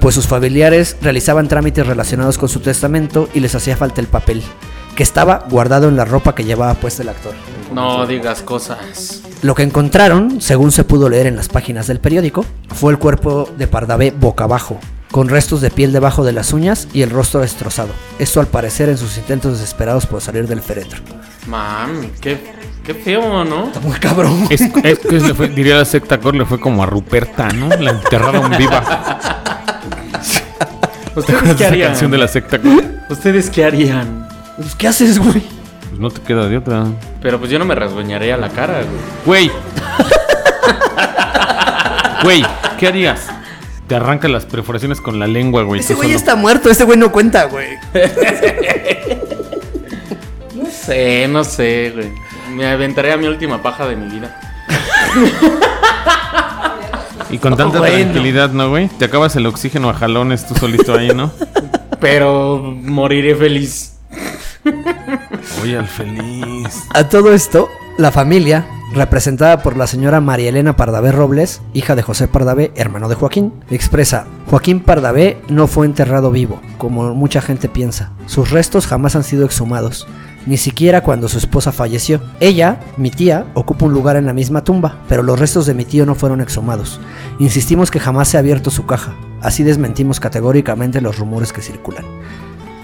B: pues sus familiares realizaban trámites relacionados con su testamento y les hacía falta el papel, que estaba guardado en la ropa que llevaba puesta el actor.
F: No digas cosas.
B: Lo que encontraron, según se pudo leer en las páginas del periódico, fue el cuerpo de Pardavé boca abajo, con restos de piel debajo de las uñas y el rostro destrozado. Esto al parecer en sus intentos desesperados por salir del féretro.
F: Mami, qué, qué feo, ¿no?
B: Muy cabrón.
E: Es, es que le fue- diría la secta core, le fue como a Ruperta, ¿no? La enterraron viva.
F: *laughs* ¿Ustedes qué
E: Esa
F: harían?
E: canción de la secta core.
F: ¿Ustedes qué harían?
B: Pues, ¿Qué haces, güey?
E: Pues no te queda de otra.
F: Pero pues yo no me rasguñaría la cara, güey.
E: Güey. Güey, ¿qué harías? Te arranca las perforaciones con la lengua, güey.
B: Ese
E: tú
B: güey
E: solo.
B: está muerto, ese güey no cuenta, güey.
F: No sé, no sé, güey. Me aventaría mi última paja de mi vida.
E: Y con tanta
F: Bueno.
E: tranquilidad, ¿no, güey? Te acabas el oxígeno a jalones tú solito ahí, ¿no?
F: Pero moriré feliz.
E: Oye, al feliz.
B: A todo esto, la familia, representada por la señora María Elena Pardavé Robles, hija de José Pardavé, hermano de Joaquín, expresa, Joaquín Pardavé no fue enterrado vivo, como mucha gente piensa. Sus restos jamás han sido exhumados, ni siquiera cuando su esposa falleció. Ella, mi tía, ocupa un lugar en la misma tumba, pero los restos de mi tío no fueron exhumados. Insistimos que jamás se ha abierto su caja. Así desmentimos categóricamente los rumores que circulan.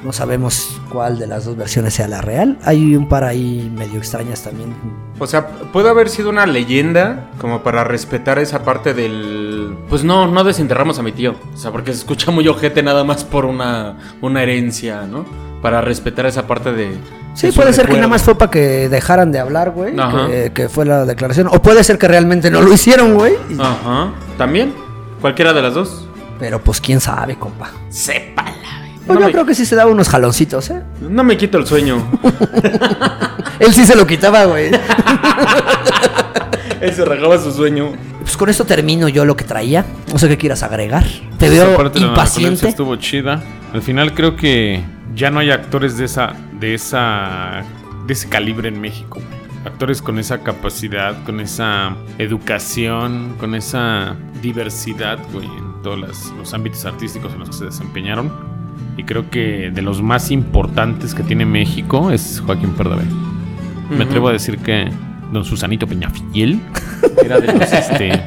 B: No sabemos cuál de las dos versiones sea la real. Hay un par ahí medio extrañas también.
F: O sea, puede haber sido una leyenda como para respetar esa parte del... Pues no, no desenterramos a mi tío. O sea, porque se escucha muy ojete nada más por una, una herencia, ¿no? Para respetar esa parte de...
B: Sí,
F: de su
B: puede ser que
F: recuerdo.
B: nada más fue para que dejaran de hablar, güey.
F: Ajá.
B: Que, que fue la declaración. O puede ser que realmente no lo hicieron, güey. y-
F: Ajá. ¿También? ¿Cualquiera de las dos?
B: Pero pues quién sabe, compa.
F: Sépala.
B: Pues
F: No
B: yo
F: me-
B: creo que sí se daba unos jaloncitos, ¿eh?
F: No me quito el sueño.
B: Él sí se lo quitaba, güey.
F: *laughs* Él se regaba su sueño.
B: pues con esto termino yo lo que traía. No sé qué quieras agregar. Te veo
E: Esa parte de la narcolepsia
B: impaciente.
E: estuvo chida. Al final creo que ya no hay actores de esa de esa de ese calibre en México. güey. Actores con esa capacidad, con esa educación, con esa diversidad, güey, en todos las- los ámbitos artísticos en los que se desempeñaron. Y creo que de los más importantes que tiene México es Joaquín Pardavé. Me atrevo a decir que Don Susanito Peñafiel era de los, este,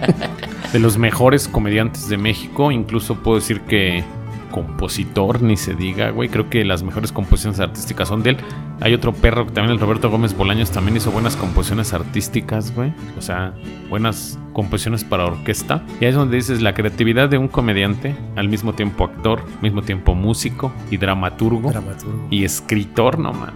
E: de los mejores comediantes de México. Incluso puedo decir que compositor, ni se diga, güey. Creo que las mejores composiciones artísticas son de él. Hay otro perro que también el Roberto Gómez Bolaños también hizo buenas composiciones artísticas, güey. O sea, buenas composiciones para orquesta. Y ahí es donde dices la creatividad de un comediante, al mismo tiempo actor, mismo tiempo músico y dramaturgo y escritor, no mames.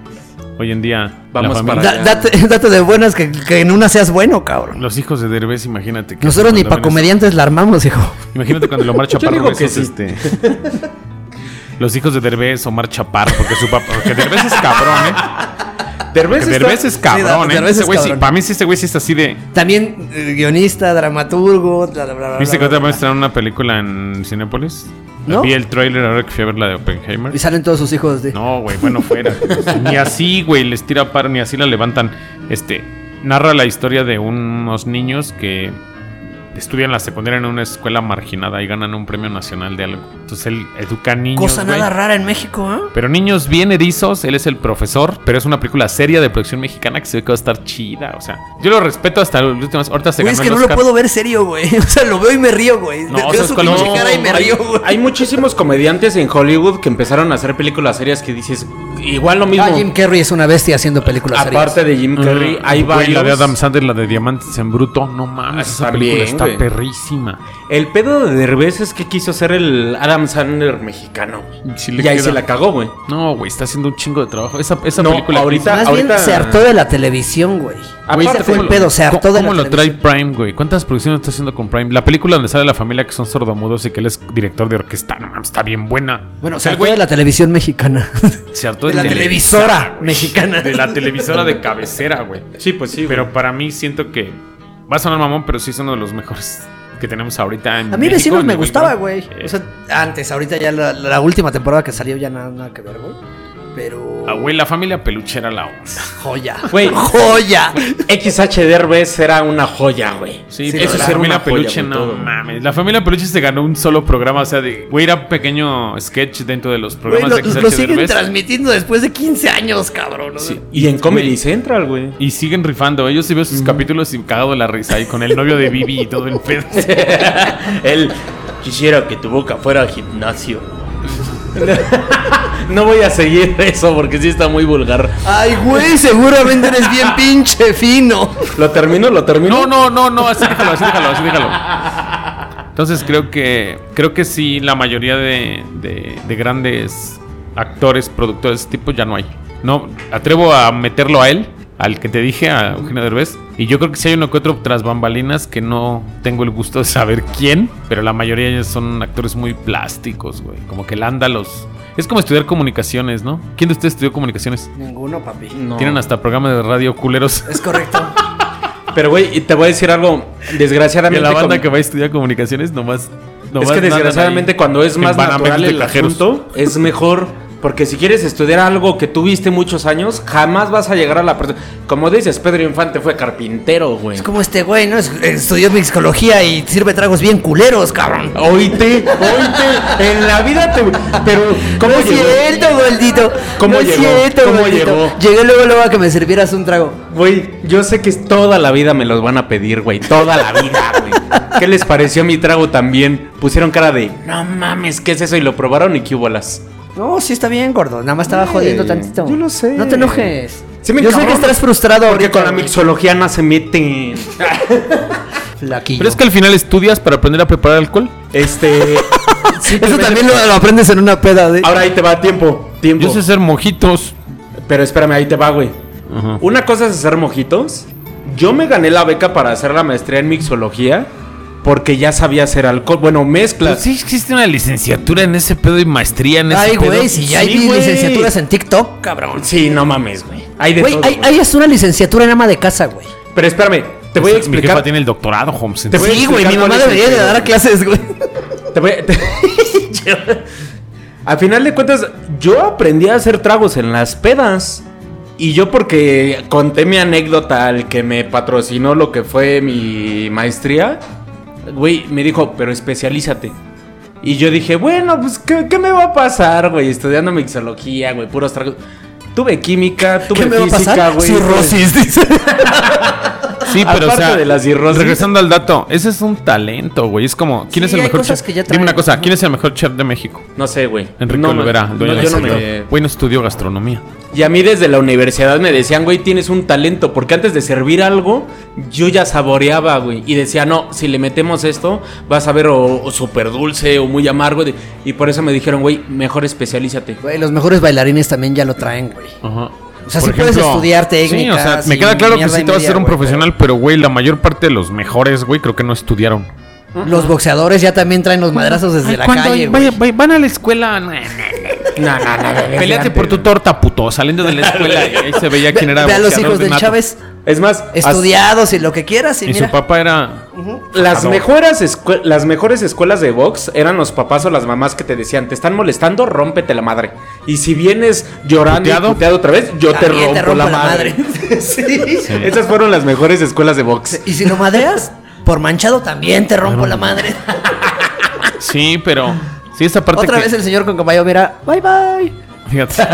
E: Hoy en día la
F: Vamos
E: familia-
F: para
B: Da- date, *laughs* date de buenas que, que en una seas bueno, cabrón.
E: los hijos de Derbez, imagínate. que
B: Nosotros ni
E: cuando
B: para
E: ven eso-
B: comediantes la armamos, hijo.
E: Imagínate
B: *laughs*
E: cuando Omar Chaparro
F: digo
E: ve
F: que
E: esos,
F: sí.
E: este, *laughs* Los hijos de Derbez, Omar Chaparro, porque su papá. Porque Derbez es cabrón, ¿eh?
F: Derbez,
E: Porque
F: está-
E: Derbez es cabrón,
B: Sí,
E: ¿eh?
B: Derbez es
E: Ese güey sí-
B: cabrón.
E: para mí sí, este güey sí está así de.
B: También eh, guionista, dramaturgo, bla, bla, bla, bla,
E: ¿Viste que
B: bla,
E: otra
B: bla.
E: vez estrenaron una película en Cinépolis?
B: ¿No?
E: Vi el tráiler ahora que fui a ver la de Oppenheimer.
B: Y salen todos sus hijos de.
E: No, güey,
B: *laughs*
E: bueno, fuera. ni así, güey, les tira paro, ni así la levantan. Este, narra la historia de unos niños que estudian la secundaria en una escuela marginada y ganan un premio nacional de algo. Entonces él educa a niños.
B: Cosa
E: güey.
B: nada rara en México, ¿eh?
E: Pero niños bien erizos, él es el profesor, pero es una película seria de producción mexicana que se ve que va a estar chida. O sea, yo lo respeto hasta el último. Ahorita se
B: Güey, es
E: ganó
B: que
E: el
B: no lo
E: Oscar.
B: puedo ver serio, güey. *laughs* O sea, lo veo y me río, güey.
E: No,
B: veo
E: ¿sabes
B: su
E: cuál?
B: pinche
E: No,
B: cara y me
F: hay-
B: río, güey.
F: Hay muchísimos comediantes en Hollywood que empezaron a hacer películas serias que dices igual lo mismo.
B: Ah, Jim Carrey es una bestia haciendo películas serias.
F: Aparte de Jim Carrey,
E: Ah,
F: hay
E: güey, la de
F: varios.
E: Adam Sandler, la de Diamantes en Bruto. No mames,
F: Ah,
E: esa
F: también,
E: película está
F: güey.
E: perrísima.
F: El pedo de Derbez es que quiso ser el Adam Sandler mexicano.
E: Sí le
F: y ahí
E: queda.
F: se la cagó, güey.
E: No, güey, está haciendo un chingo de trabajo. Esa, esa
F: No,
E: película. que
F: ahorita-
E: hizo-
B: Más bien
F: ahorita-
B: se hartó de la televisión, güey.
E: Güey,
B: Ese
E: ¿cómo
B: fue el
E: lo-
B: pedo, se hartó
E: ¿Cómo,
B: de la
E: cómo lo trae
B: televisión.
E: Prime, güey? ¿Cuántas producciones está haciendo con Prime? La película donde sale la familia que son sordomudos y que él es director de orquesta. No, mames, está bien buena.
B: Bueno, se
E: El
B: hartó
E: güey
B: de la televisión mexicana.
E: se
B: *laughs*
E: hartó
B: De la
E: tele-
B: televisora mexicana.
E: de la televisora de cabecera, güey.
F: Sí, pues sí.
E: Pero para mí siento que va a sonar mamón, pero sí es uno de los mejores que tenemos ahorita.
F: Mm.
E: En
B: A mí
E: México,
B: vecinos
E: en
B: me
E: el
B: gustaba,
E: Wilbur.
B: güey.
E: Eh,
B: O sea, antes, ahorita ya la, la última temporada que salió ya nada, nada que ver, güey. pero.
E: Abuela, ah, familia peluchera la onda.
B: Joya.
F: Ah, Güey,
B: *laughs* ¡Joya!
F: XH Derbez era una joya, güey.
E: Sí,
B: Sí,
E: eso es
B: claro,
E: familia
F: una joya,
E: peluche,
F: güey,
E: no
F: todo.
E: mames. La familia peluche se ganó un solo programa, o sea, de, güey, era un pequeño sketch dentro de los
B: Güey,
E: programas
B: lo,
E: de XH
B: lo siguen
E: Derbez.
B: transmitiendo después de 15 años, cabrón. ¿no?
E: Sí.
F: Y en Comedy
E: Güey,
F: Central, güey.
E: Y siguen rifando, ellos sí veo sus capítulos y cagado de la risa ahí con el novio de Bibi y todo el pedo.
F: *laughs* Él quisiera que tu boca fuera al gimnasio. *laughs* no voy a seguir eso porque sí está muy vulgar.
B: Ay, güey, seguramente eres
F: *laughs*
B: bien pinche fino.
F: ¿Lo termino? ¿Lo
E: No,
F: termino?
E: no, no, no, así déjalo, así déjalo, así déjalo. Entonces creo que creo que sí, la mayoría de, de- de grandes actores, productores de ese tipo ya no hay. No, atrevo a meterlo a él, al que te dije, a Eugenio Derbez. Y yo creo que sí hay uno que otro tras bambalinas que no tengo el gusto de saber quién, pero la mayoría ya son actores muy plásticos, güey. Como que lándalos. Es como estudiar comunicaciones, ¿no? ¿Quién de ustedes estudió comunicaciones?
B: Ninguno, papi.
F: No.
E: Tienen hasta programas de radio culeros.
B: Es correcto.
F: Pero, güey, y te voy a decir algo.
E: Que
F: Desgraciadamente.
E: la banda
F: con-
E: que va a estudiar comunicaciones nomás.
F: es
E: nomás
F: que
E: nadan
F: desgraciadamente
E: ahí
F: cuando es
E: en
F: más
E: Banamex
F: natural
E: de
F: el
E: cajeros. *laughs*
F: asunto, es mejor. Porque si quieres estudiar algo que tuviste muchos años, jamás vas a llegar a la persona. Como dices, Pedro Infante fue carpintero, güey.
B: Es como este güey, ¿no? Es- Estudió mixicología y sirve tragos bien culeros, cabrón.
F: Oíte, oíte, en la vida te... Pero, ¿cómo
B: no es
F: llegó?
B: cierto, gordito.
F: ¿Cómo
B: no
F: llegó?
B: Es cierto,
F: ¿Cómo
B: gordito.
F: llegó?
B: Llegué luego, luego a que me sirvieras un trago.
F: Güey, yo sé que toda la vida me los van a pedir, güey. Toda la vida, güey. ¿Qué les pareció mi trago también? Pusieron cara de, no mames, ¿qué es eso? Y lo probaron y qué bolas.
B: No, sí está bien, gordo. Nada más estaba
F: Güey,
B: jodiendo tantito.
F: yo lo sé.
B: No te enojes.
F: Sí me
B: yo sé que
F: encabrona,
B: estás frustrado
F: Porque
B: ahorita.
F: con la
B: güey.
F: mixología no se meten.
B: Flaquillo.
E: Pero es que al final estudias para aprender a preparar alcohol.
F: Este... *laughs*
B: Eso también lo, lo aprendes en una peda. De...
F: Ahora ahí te va tiempo, tiempo.
E: Yo sé hacer mojitos.
F: Pero espérame, ahí te va, güey. Una cosa es hacer mojitos. Yo me gané la beca para hacer la maestría en mixología porque ya sabía hacer alcohol. Bueno, mezclas.
E: Pues Sí existe una licenciatura en ese pedo y maestría en ese
B: Ay,
E: pedo.
B: güey, si ya hay
F: Sí, güey.
B: licenciaturas en TikTok, cabrón.
F: Sí, no mames, güey. Hay de
B: Güey,
F: todo.
B: hay,
F: güey.
B: hay hasta una licenciatura en ama de casa, güey.
F: Pero espérame, te voy a
E: Mi jefa
F: explicar.
E: tiene el doctorado, Holmes.
F: Te voy a
B: Sí, güey, mi
F: explicar
B: mamá
F: cuál es el
B: debería de
F: pedo,
B: dar
F: güey.
B: clases, güey.
F: Te voy a- *laughs* te- Al final de cuentas, yo aprendí a hacer tragos en las pedas. Y yo porque conté mi anécdota al que me patrocinó lo que fue mi maestría, güey, me dijo, pero especialízate. Y yo dije, bueno, pues, ¿qué, qué me va a pasar, güey? Estudiando mixología, güey, puros tragos. Tuve química, tuve
B: ¿Qué me va a
F: física,
B: pasar?
F: güey.
B: Cirrosis, dice.
E: Sí, pero o
F: Aparte
E: sea,
F: de las cirrosis.
E: regresando al dato, ese es un talento, güey. Es como, ¿quién
B: Sí,
E: es el
B: hay
E: mejor
B: cosas
E: chef?
B: que ya
E: Dime una
B: traen.
E: cosa, ¿quién es el mejor chef de México?
F: No sé, güey.
E: Enrique
F: No,
E: Olvera,
F: no,
E: dueño de
F: yo no
E: ese
F: me-
E: Güey, no estudió gastronomía.
F: Y a mí desde la universidad me decían, güey, tienes un talento, porque antes de servir algo, yo ya saboreaba, güey. Y decía, no, si le metemos esto, vas a ver o, o súper dulce o muy amargo. de- Y por eso me dijeron, güey, mejor especialízate.
B: Güey, los mejores bailarines también ya lo traen, güey.
E: Ajá.
B: O sea, sí puedes estudiar técnicas
E: Sí, o sea, me
B: y
E: queda claro que
B: mierda
E: sí
B: y
E: te vas a
B: media,
E: ser un
B: güey,
E: profesional, pero güey, la mayor parte de los mejores, güey, creo que no estudiaron.
B: Los boxeadores ya también traen los madrazos desde la calle, güey.
E: van a la escuela.
F: No, no, no, no, no,
E: Peleate por tu torta, puto. Saliendo de la escuela, y ahí se veía quién era.
B: Ve a los
E: boxeador
B: hijos de
E: nato.
B: Chávez
F: Es más,
B: estudiados y lo que quieras y
E: Y su
B: mira.
E: papá era.
F: as- las, mejores escue- las mejores escuelas de box eran los papás o las mamás que te decían, te están molestando, rómpete la madre. Y si vienes llorando
E: ¿Puteado?
F: y puteado otra vez, yo te
B: también
F: rompo, la, madre. *laughs*
B: *laughs* Sí.
F: Esas fueron las mejores escuelas de box.
B: Y si lo madreas, por manchado también te rompo la madre.
E: Sí, pero. Sí, esa parte.
B: Otra
E: que-
B: vez el señor con caballo, mira, bye bye.
E: Fíjate.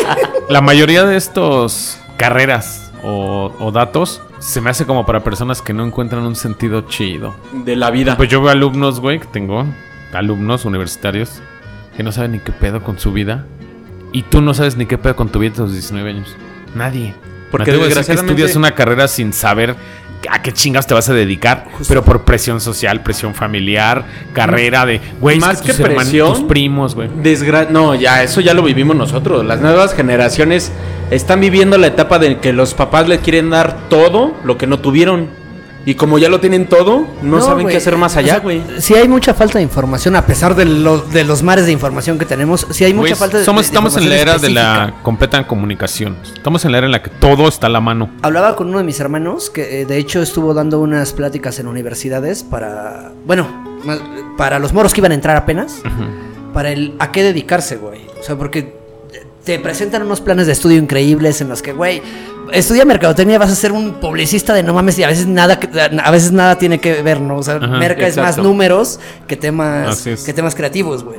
B: *laughs*
E: la mayoría de estos carreras o, o datos se me hace como para personas que no encuentran un sentido chido.
F: De la vida.
E: Pues yo veo alumnos, güey, que tengo alumnos universitarios que no saben ni qué pedo con su vida. Y tú no sabes ni qué pedo con tu vida a los 19 años. Nadie. Porque
F: Porque
E: desgraciadamente...
F: desgraciadamente-
E: estudias una carrera sin saber a qué chingas te vas a dedicar, pero por presión social, presión familiar, carrera de, güey,
F: Más
E: más que,
F: que
E: tus, hermanos,
F: presión,
E: tus primos, güey.
F: Desgra- no, ya, eso ya lo vivimos nosotros. Las nuevas generaciones están viviendo la etapa de que los papás le quieren dar todo lo que no tuvieron. Y como ya lo tienen todo, no, saben
B: güey.
F: qué hacer más
B: O sea,
F: allá, güey.
B: Sí hay mucha falta de información, a pesar de, lo- de los mares de información que tenemos. Sí hay mucha
E: Güey,
B: falta de
E: somos,
B: de- de
E: estamos en la era
B: información
E: de
B: específica.
E: la completa comunicación. Estamos en la era en la que todo está a la mano.
B: Hablaba con uno de mis hermanos que eh, de hecho estuvo dando unas pláticas en universidades para, bueno, más- para los moros que iban a entrar apenas, para el a qué dedicarse, güey. O sea, porque te presentan unos planes de estudio increíbles en los que, güey, estudia mercadotecnia, vas a ser un publicista de no mames y a veces nada, que- a veces nada tiene que ver, ¿no? O sea, merca es más
F: exacto.
B: números que temas,
E: Así es.
B: que temas creativos, güey.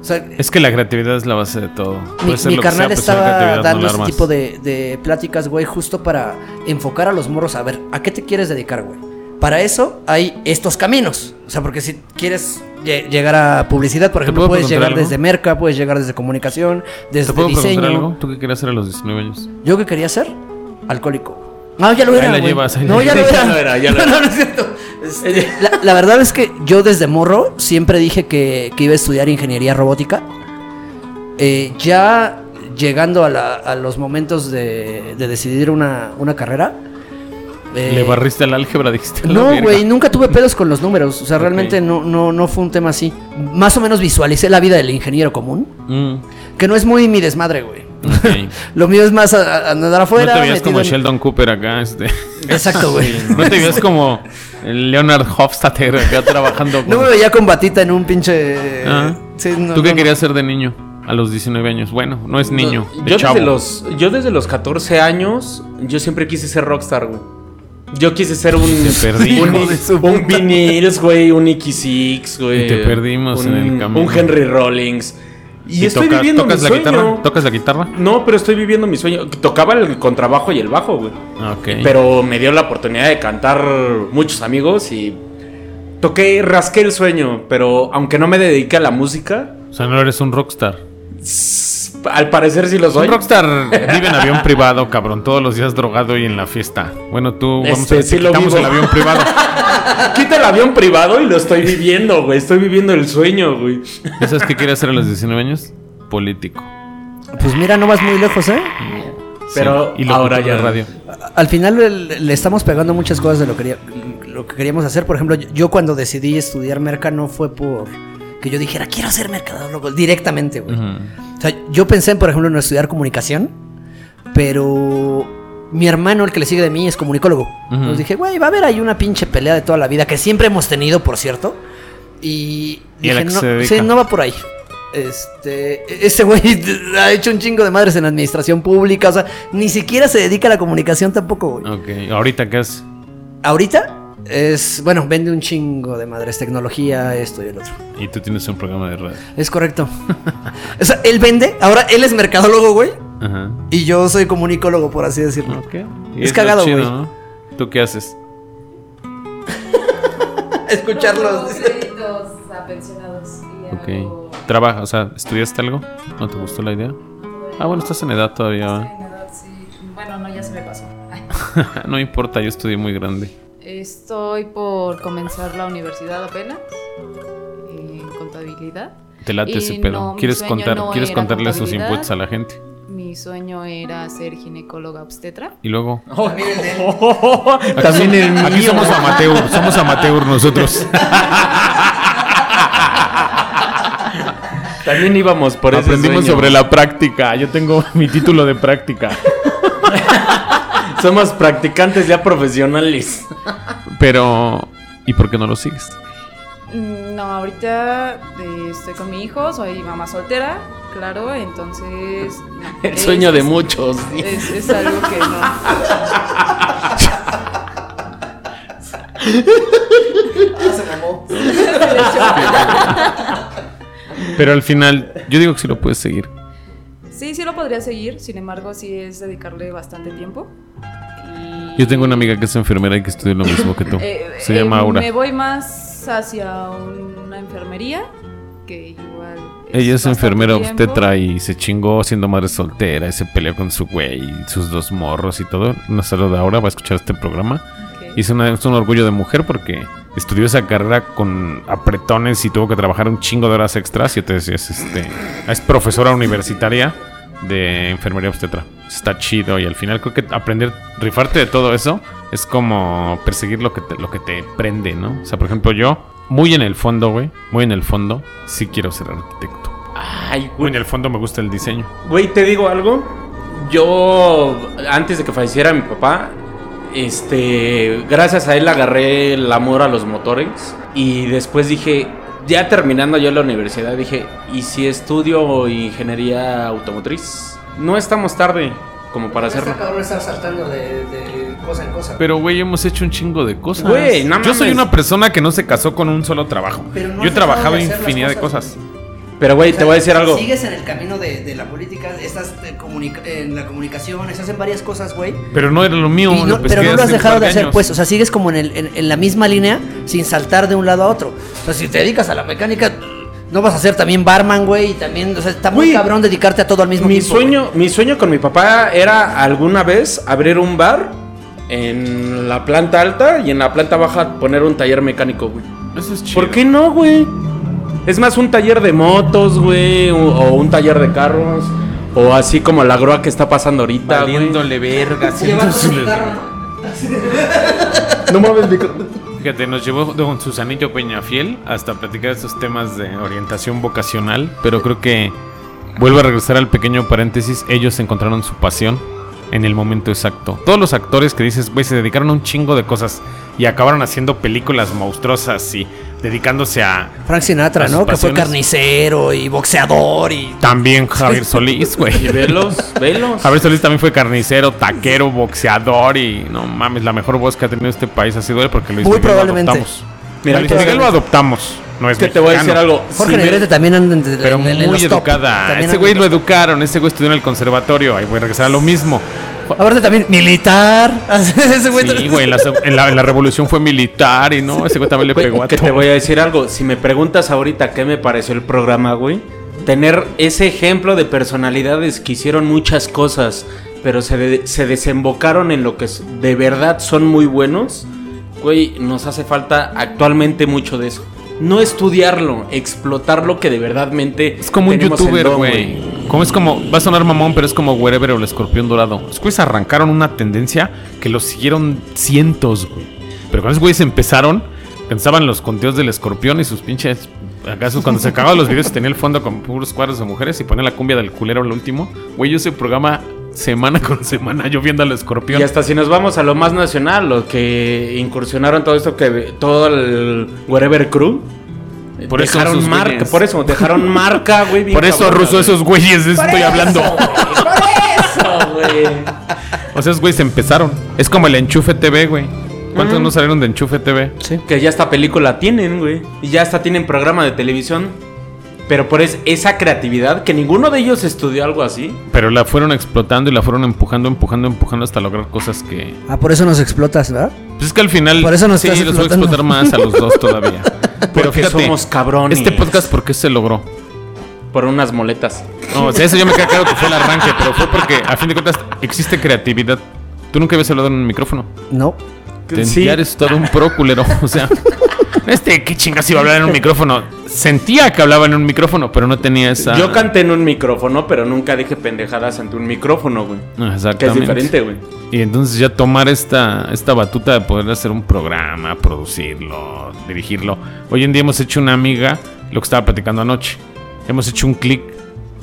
B: O sea,
E: Es que la creatividad es la base de todo.
B: mi,
E: Puede ser
B: mi
E: lo que sea,
B: carnal
E: pero si la creatividad
B: estaba
E: no
B: dando
E: la
B: ese
E: armas.
B: tipo de, de pláticas, güey, justo para enfocar a los morros a ver, ¿a qué te quieres dedicar, güey? Para eso hay estos caminos. O sea, porque si quieres lle- llegar a publicidad, por ejemplo,
E: puedo
B: puedes
E: preguntar
B: llegar
E: algo?
B: desde merca, puedes llegar desde comunicación,
E: ¿Te
B: desde
E: puedo preguntar
B: diseño.
E: algo? ¿Tú qué querías hacer a los 19 años?
B: ¿Yo qué quería ser? Alcohólico. No, ya lo
E: Ahí
B: era.
E: la
B: güey.
E: llevas, ahí
B: no,
E: la
B: ya lo
E: llevas.
B: era.
F: Ya lo era, ya lo
B: *laughs* No,
F: era.
B: no, no es cierto. Este, la, la verdad es que yo desde morro siempre dije que, que iba a estudiar ingeniería robótica. Eh, ya llegando a, la- a los momentos de, de decidir una, una carrera. eh,
E: ¿Le barriste al álgebra? Dijiste a la
B: no,
E: verga.
B: güey, nunca tuve pedos con los números. O sea, realmente no, no, no fue un tema así. Más o menos visualicé la vida del ingeniero común,
E: Mm,
B: *laughs* que no es muy mi desmadre, güey.
E: ok.
B: Lo mío es más a- a- andar afuera.
E: no te veías
B: metido
E: como
B: en-
E: Sheldon Cooper acá, este.
B: Exacto, güey.
E: *laughs* No te veías como Leonard Hofstadter acá trabajando.
B: No
E: con-
B: me veía con batita en un pinche.
E: Ah.
B: Sí, no,
E: ¿Tú qué
B: no,
E: querías ser de niño? A los 19 años. Bueno, no es niño. de
F: yo,
E: chavo.
F: desde los, yo desde los 14 años, yo siempre quise ser rockstar, güey. Yo quise ser un.
E: Te perdí,
F: un,
E: hijo de su
F: un Vinils, güey. Un X6, güey.
E: Y te perdimos
F: un,
E: en el camino.
F: Un Henry Rollins. Y,
E: ¿Y
F: estoy
E: tocas-
F: viviendo
E: tocas
F: mi
E: la
F: sueño.
E: guitarra? ¿Tocas la guitarra?
F: No, pero estoy viviendo mi sueño. Tocaba el contrabajo y el bajo, güey.
E: Ah, Ok.
F: Pero me dio la oportunidad de cantar muchos amigos y toqué, rasqué el sueño. Pero aunque no me dedique a la música,
E: O sea, no eres un rockstar.
F: s- al parecer sí lo soy.
E: Un
F: *laughs*
E: rockstar vive en avión privado, cabrón. Todos los días drogado y en la fiesta. Bueno, tú vamos
F: Este,
E: a
F: sí
E: te
F: lo
E: quitamos
F: vivo.
E: el avión
F: *laughs*
E: privado.
F: Quita el avión privado y lo estoy viviendo, güey. Estoy viviendo el sueño, güey.
E: ¿Y ¿Sabes qué querías hacer a los 19 años? Político.
B: no. Pues mira, no vas muy lejos, ¿eh?
F: Pero
E: y locutor
F: ahora
E: de
F: ya.
E: radio.
B: Al final el- le estamos pegando muchas cosas de lo que, quería- lo que queríamos hacer. Por ejemplo, yo- yo cuando decidí estudiar merca no fue por que yo dijera quiero ser mercadólogo directamente, güey.
E: Ujú.
B: O sea, yo pensé, por ejemplo, en estudiar comunicación, pero mi hermano, el que le sigue de mí, es comunicólogo. Entonces dije, güey, va a haber ahí una pinche pelea de toda la vida que siempre hemos tenido, por cierto. Y,
E: Y a la
B: dije,
E: que
B: no,
E: se dedica".
B: sí, no va por ahí. Este, este güey *laughs* ha hecho un chingo de madres en administración pública, o sea, ni siquiera se dedica a la comunicación tampoco, güey.
E: Ok. ¿Ahorita qué es?
B: Ahorita es, bueno, vende un chingo de madres, tecnología, esto y el otro.
E: Y tú tienes un programa de radio.
B: Es
E: *laughs*
B: correcto. o sea, él vende, ahora él es mercadólogo, güey.
E: Ajá.
B: Y yo soy comunicólogo, por así
F: *laughs*
B: decirlo.
E: Ok. Y
B: Es
E: lo
B: cagado,
E: chido,
B: güey.
E: ¿no? ¿Tú qué haces?
B: *laughs* Escucharlos.
I: Tomo créditos a pensionados y hago-
E: Ok. ¿Trabaja? O sea, ¿estudiaste algo? ¿No te gustó la idea? Ah, bueno, estás en edad todavía. ¿va? Ah,
I: Estoy en edad, sí. Bueno, no, ya se me pasó. Ay.
E: no importa, yo estudié muy grande.
I: Estoy por comenzar la universidad apenas en contabilidad.
E: Te late
I: Y
E: ese pedo.
I: no, mi
E: ¿Quieres
I: sueño
E: contar,
I: no
E: quieres
I: era
E: contarle sus
I: contabilidad.
E: impuestos a la gente?
I: Mi sueño era ser ginecóloga obstetra.
E: Y luego.
F: Oh.
E: Aquí
F: También
E: somos-
F: el mío.
E: Aquí somos amateur, somos amateur nosotros.
F: También íbamos por ese
E: Aprendimos
F: sueño.
E: sobre la práctica. Yo tengo *laughs* mi título de práctica.
F: Somos practicantes ya profesionales.
E: Pero, ¿y por qué no lo sigues?
I: Mm, No, ahorita eh, estoy con mi hijo, soy mamá soltera, claro, entonces... no,
F: El
I: es-
F: sueño de
I: es-
F: muchos.
I: Es, es algo que no.
E: Pero al final, yo digo que sí lo puedes seguir.
I: Sí, sí lo podría seguir, sin embargo, sí es dedicarle bastante tiempo. Y-
E: Yo tengo una amiga que es enfermera y que estudia lo mismo que tú.
I: *laughs* Eh,
E: Se
I: eh,
E: llama Aura.
I: Me voy más hacia una enfermería, que igual...
E: Ella es
I: bastante
E: enfermera
I: tiempo.
E: obstetra y se chingó siendo madre soltera y se peleó con su güey y sus dos morros y todo. Una saluda ahora, va a escuchar este programa.
I: Ok. *laughs*
E: Y es, una- es un orgullo de mujer porque estudió esa carrera con apretones y tuvo que trabajar un chingo de horas extras. Y entonces es, este, es profesora universitaria de enfermería obstetra. Está chido y al final creo que aprender, rifarte de todo eso es como perseguir lo que te, lo que te prende, ¿no? O sea, por ejemplo, yo, muy en el fondo, güey, muy en el fondo, sí quiero ser arquitecto.
F: Ay,
E: Muy
F: güey.
E: en el fondo me gusta el diseño.
F: Güey, te digo algo. Yo, antes de que falleciera mi papá, este, gracias a él agarré el amor a los motores. Y después dije, ya terminando yo la universidad, dije, ¿y si estudio ingeniería automotriz? No estamos tarde como para hacerlo.
B: cabrón está saltando de, cosa en cosa.
E: Pero, güey, hemos hecho un chingo de cosas.
F: Güey, no
E: Yo soy
F: mames.
E: una persona que no se casó con un solo trabajo.
B: Pero no
E: Yo
B: has
E: he
B: dejado
E: trabajado
B: de hacer
E: infinidad
B: las
E: de
B: cosas.
E: cosas.
F: Pero güey, te voy a decir algo.
B: Sigues en el camino de, de la política, estás eh, comunica- en la comunicación, estás en varias cosas, güey.
E: Pero no era lo mío.
B: Y no-
F: pues,
E: lo pesqué
B: pero no lo has
E: hace un
B: dejado
E: par
B: de hacer,
E: años.
B: pues. O sea, sigues como en, el- en- en la misma línea sin saltar de un lado a otro. O sea, si te dedicas a la mecánica, no vas a ser también barman, güey. Y también, o sea, está muy
F: Güey,
B: cabrón dedicarte a todo al mismo
F: Mi
B: tiempo,
F: sueño, mi sueño con mi papá era alguna vez abrir un bar en la planta alta y en la planta baja poner un taller mecánico, güey.
E: Eso es chido.
F: ¿Por qué no, güey? Es más un taller de motos, güey, o, o un taller de carros, o así como la grúa que está pasando ahorita, güey.
C: Valiéndole
E: *laughs*
C: verga.
B: güey. Llevar tu
E: Entonces,
B: guitarra,
F: No mames, mi-
E: Fíjate, nos llevó don Susanillo Peñafiel hasta platicar estos temas de orientación vocacional, pero creo que vuelvo a regresar al pequeño paréntesis, ellos encontraron su pasión en el momento exacto. Todos los actores que dices, güey, se dedicaron a un chingo de cosas y acabaron haciendo películas monstruosas y dedicándose a
B: Frank Sinatra,
E: Las
B: ¿no? Que fue
E: pasiones.
B: carnicero y boxeador y. *laughs*
E: también Javier Solís,
F: Y
E: güey.
F: velos, velos.
E: Javier Solís también fue carnicero, taquero, boxeador y no mames, la mejor voz que ha tenido este país ha sido él porque Luis
B: Muy
E: Miguel lo
B: probablemente.
E: adoptamos.
F: Mira,
E: Luis Miguel lo adoptamos, no es
F: es que te voy a
E: mexicano.
F: decir algo.
B: Jorge
F: Si me-
B: Negrete también anda en,
E: Pero
B: en-
E: muy
B: en los top.
E: educada.
B: También
E: ese
B: anda
E: güey
B: en
E: lo
B: los top.
E: educaron, ese güey estudió en el conservatorio. Ahí voy a regresar a lo mismo.
B: Aparte también militar. *laughs* ese güey
E: Sí, güey, en la, en la- en la revolución fue militar y no, ese güey también le
F: Güey,
E: pegó a
F: que
E: todo.
F: te voy a decir algo. Si me preguntas ahorita qué me pareció el programa, güey, tener ese ejemplo de personalidades que hicieron muchas cosas, pero se, de- se desembocaron en lo que s- de verdad son muy buenos, güey, nos hace falta actualmente mucho de eso. No estudiarlo, explotar lo que de verdadmente
E: Es como un
F: tenemos en
E: youtuber,
F: don,
E: güey. Como es como, va a sonar mamón, pero es como Wherever o el escorpión dorado. Los güeyes arrancaron una tendencia que los siguieron cientos, güey. Pero cuando esos güeyes empezaron, pensaban los conteos del escorpión y sus pinches. ¿Acaso cuando se acababan los videos tenía el fondo con puros cuadros de mujeres y ponía la cumbia del culero lo último? Güey, yo ese programa semana con semana yo viendo al escorpión.
F: Y hasta si nos vamos a lo más nacional, lo que incursionaron todo esto que todo el Wherever Crew. eh,
E: Por eso
F: dejaron
E: sus
F: marca,
E: güeyes.
F: por eso
E: *laughs*
F: dejaron marca, güey. bien
E: Por eso,
F: cabrona,
E: ruso,
F: güey.
E: esos güeyes de eso estoy hablando.
F: Por eso, güey.
E: O sea, esos güeyes empezaron. Es como el Enchufe TV, güey. ¿Cuántos no salieron de Enchufe TV?
F: Que ya esta película tienen, güey. Y ya hasta tienen programa de televisión. Pero por es- esa creatividad, que ninguno de ellos estudió algo así.
E: Pero la fueron explotando y la fueron empujando, empujando, empujando hasta lograr cosas que.
B: Ah, por eso nos explotas, ¿verdad?
E: Pues es que al final.
B: Por eso nos
E: sí,
B: estás
E: los voy a
B: explotando.
E: explotar más a los
B: *laughs*
E: dos todavía. Pero
F: Porque
E: fíjate,
F: somos cabrones.
E: este podcast, ¿por qué se logró?
F: Por unas moletas.
E: No, o sea, eso ya me queda claro que fue el arranque, pero fue porque, a fin de cuentas, existe creatividad. Tú nunca habías hablado en un micrófono.
B: No.
E: Te ya eres todo un pro culero. *laughs* O sea, este, ¿qué chingas iba a hablar en un micrófono? Sentía que hablaba en un micrófono, pero no tenía esa.
F: Yo canté en un micrófono, pero nunca dije pendejadas ante un micrófono, güey.
E: Ah,
F: Que es
E: Exactamente.
F: diferente, güey.
E: Y entonces ya tomar esta, esta batuta de poder hacer un programa, producirlo, dirigirlo. Hoy en día hemos hecho una amiga, lo que estaba platicando anoche. Hemos hecho un clic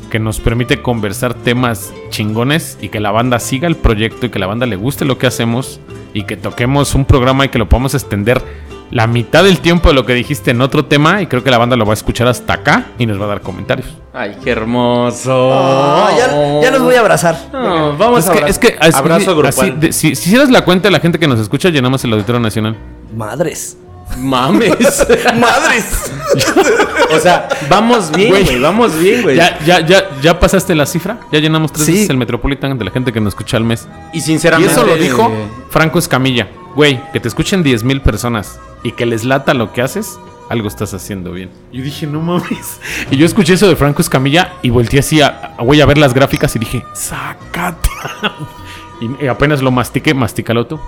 E: que nos permite conversar temas chingones y que la banda siga el proyecto y que la banda le guste lo que hacemos y que toquemos un programa y que lo podamos extender la mitad del tiempo de lo que dijiste en otro tema y creo que la banda lo va a escuchar hasta acá y nos va a dar comentarios.
F: Ay, qué
E: Oh.
F: hermoso.
B: Ah, ya, ya los voy a abrazar.
F: No, vamos
E: Es
F: a
E: que,
F: abra-
E: es que así-
F: abrazo grupal.
E: así de- si, si hicieras la cuenta de la gente que nos escucha, llenamos el Auditorio Nacional. *laughs*
B: Madres.
F: Mames.
B: Madres.
F: o sea, vamos bien,
E: Güey.
F: güey. Vamos bien, güey.
E: Ya, ya, ya, ya pasaste la cifra. Ya llenamos tres
B: Sí.
E: veces el Metropolitan de la gente que nos escucha al mes.
F: Y
E: Y
F: sinceramente.
E: eso lo dijo Franco Escamilla. Güey, que te escuchen 10 mil personas y que les lata lo que haces, algo estás haciendo bien. Yo dije, no mames. Y yo escuché eso de Franco Escamilla y volteé así a, a- güey, a ver las gráficas y dije, sácate. y eh, apenas lo mastiqué, mastícalo tú.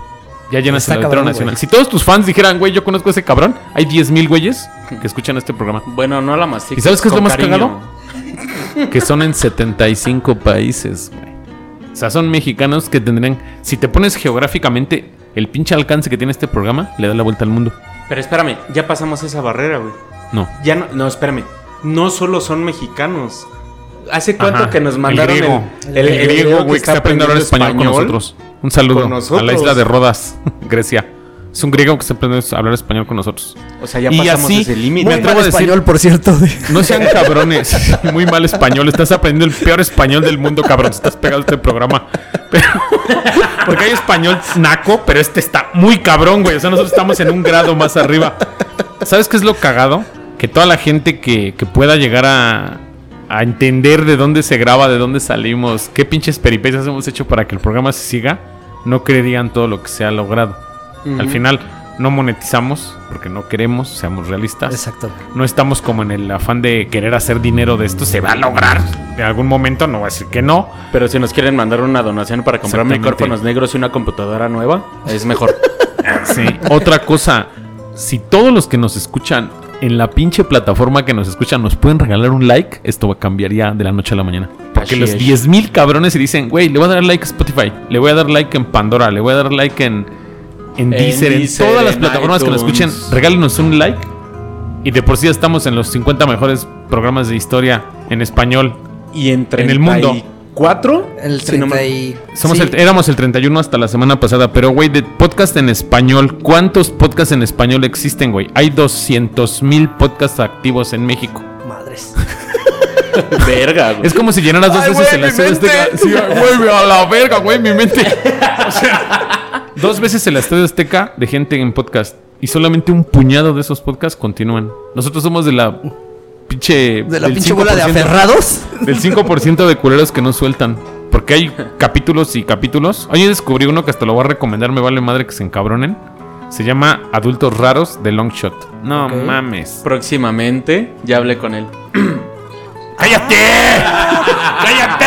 E: Ya llenas
B: Está
E: el Auditorio
B: cabrón,
E: nacional.
B: güey.
E: Si todos tus fans dijeran, güey, yo conozco a ese cabrón, hay 10 mil güeyes que escuchan este programa.
F: Bueno, no la mastica.
E: ¿Y sabes qué es lo más cagado? que son en 75 países, güey. O sea, son mexicanos que tendrían. Si te pones geográficamente, el pinche alcance que tiene este programa le da la vuelta al mundo.
F: Pero espérame, ya pasamos esa barrera, güey.
E: No.
F: Ya no, no, espérame. No solo son mexicanos. ¿Hace cuánto
E: Ajá,
F: que nos
E: el
F: mandaron el
E: griego.
F: el-
E: El,
F: el
E: griego, güey, que está aprendiendo ahora español, con nosotros. Un saludo
F: Con nosotros.
E: a la isla de Rodas, *laughs* Grecia. Es un griego que está aprendiendo a hablar español con nosotros.
F: O sea, ya
E: Y
F: pasamos
E: así,
F: ese
E: me
B: Muy
F: límite.
E: atrevo
B: mal
E: a decir-
B: español, por cierto.
E: No sean cabrones. *laughs* Muy mal español. Estás aprendiendo el peor español del mundo, cabrón. Estás pegado a este programa. Pero- porque hay español naco, pero este está muy cabrón, güey. O sea, nosotros estamos en un grado más arriba. ¿Sabes qué es lo cagado? Que toda la gente que, que pueda llegar a, a entender de dónde se graba, de dónde salimos, qué pinches peripecias hemos hecho para que el programa se siga, no creerían todo lo que se ha logrado. Al final, no monetizamos porque no queremos, seamos realistas.
B: Exacto.
E: No estamos como en el afán de querer hacer dinero de esto. Se va a lograr. En algún momento no va a decir que no.
F: Pero si nos quieren mandar una donación para comprar
E: Exactamente.
F: micrófonos negros y una computadora nueva,
E: *laughs*
F: es mejor.
E: Sí. Otra cosa. Si todos los que nos escuchan en la pinche plataforma que nos escuchan nos pueden regalar un like, esto cambiaría de la noche a la mañana. Porque
F: Así
E: los
F: es.
E: 10.000 cabrones se dicen, güey, le voy a dar like a Spotify, le voy a dar like en Pandora, le voy a dar like en, en
F: En
E: Deezer, en
F: Deezer,
E: todas las
F: en
E: plataformas que nos escuchen,
F: iTunes.
E: regálenos un like. Y de por sí ya estamos en los 50 mejores programas de historia en español
F: Y en,
E: En el mundo.
F: 4
B: El 30 y...
E: Somos
B: Sí.
E: el- éramos el 31 hasta la semana pasada, pero güey, de podcast en español, ¿cuántos podcasts en español existen, güey? Hay 200 mil podcasts activos en México. *laughs*
B: Madres.
F: Verga, güey.
E: Es como si llenaras dos veces el Azteca Azteca. Sí, güey, a la verga, güey, mi mente. O sea, dos veces el Estadio Azteca de gente en podcast. Y solamente un puñado de esos podcasts continúan. Nosotros somos de la pinche.
B: De la
E: del
B: pinche bola de
E: 5%.
B: aferrados.
E: Del 5% de culeros que no sueltan. Porque hay capítulos y capítulos. Hoy descubrí uno que hasta lo voy a recomendar. Me vale madre que se encabronen. Se llama Adultos Raros de Long Shot. No
B: Ok.
E: mames.
F: Próximamente ya hablé con él.
E: *clears throat* ¡Cállate! ¡Cállate!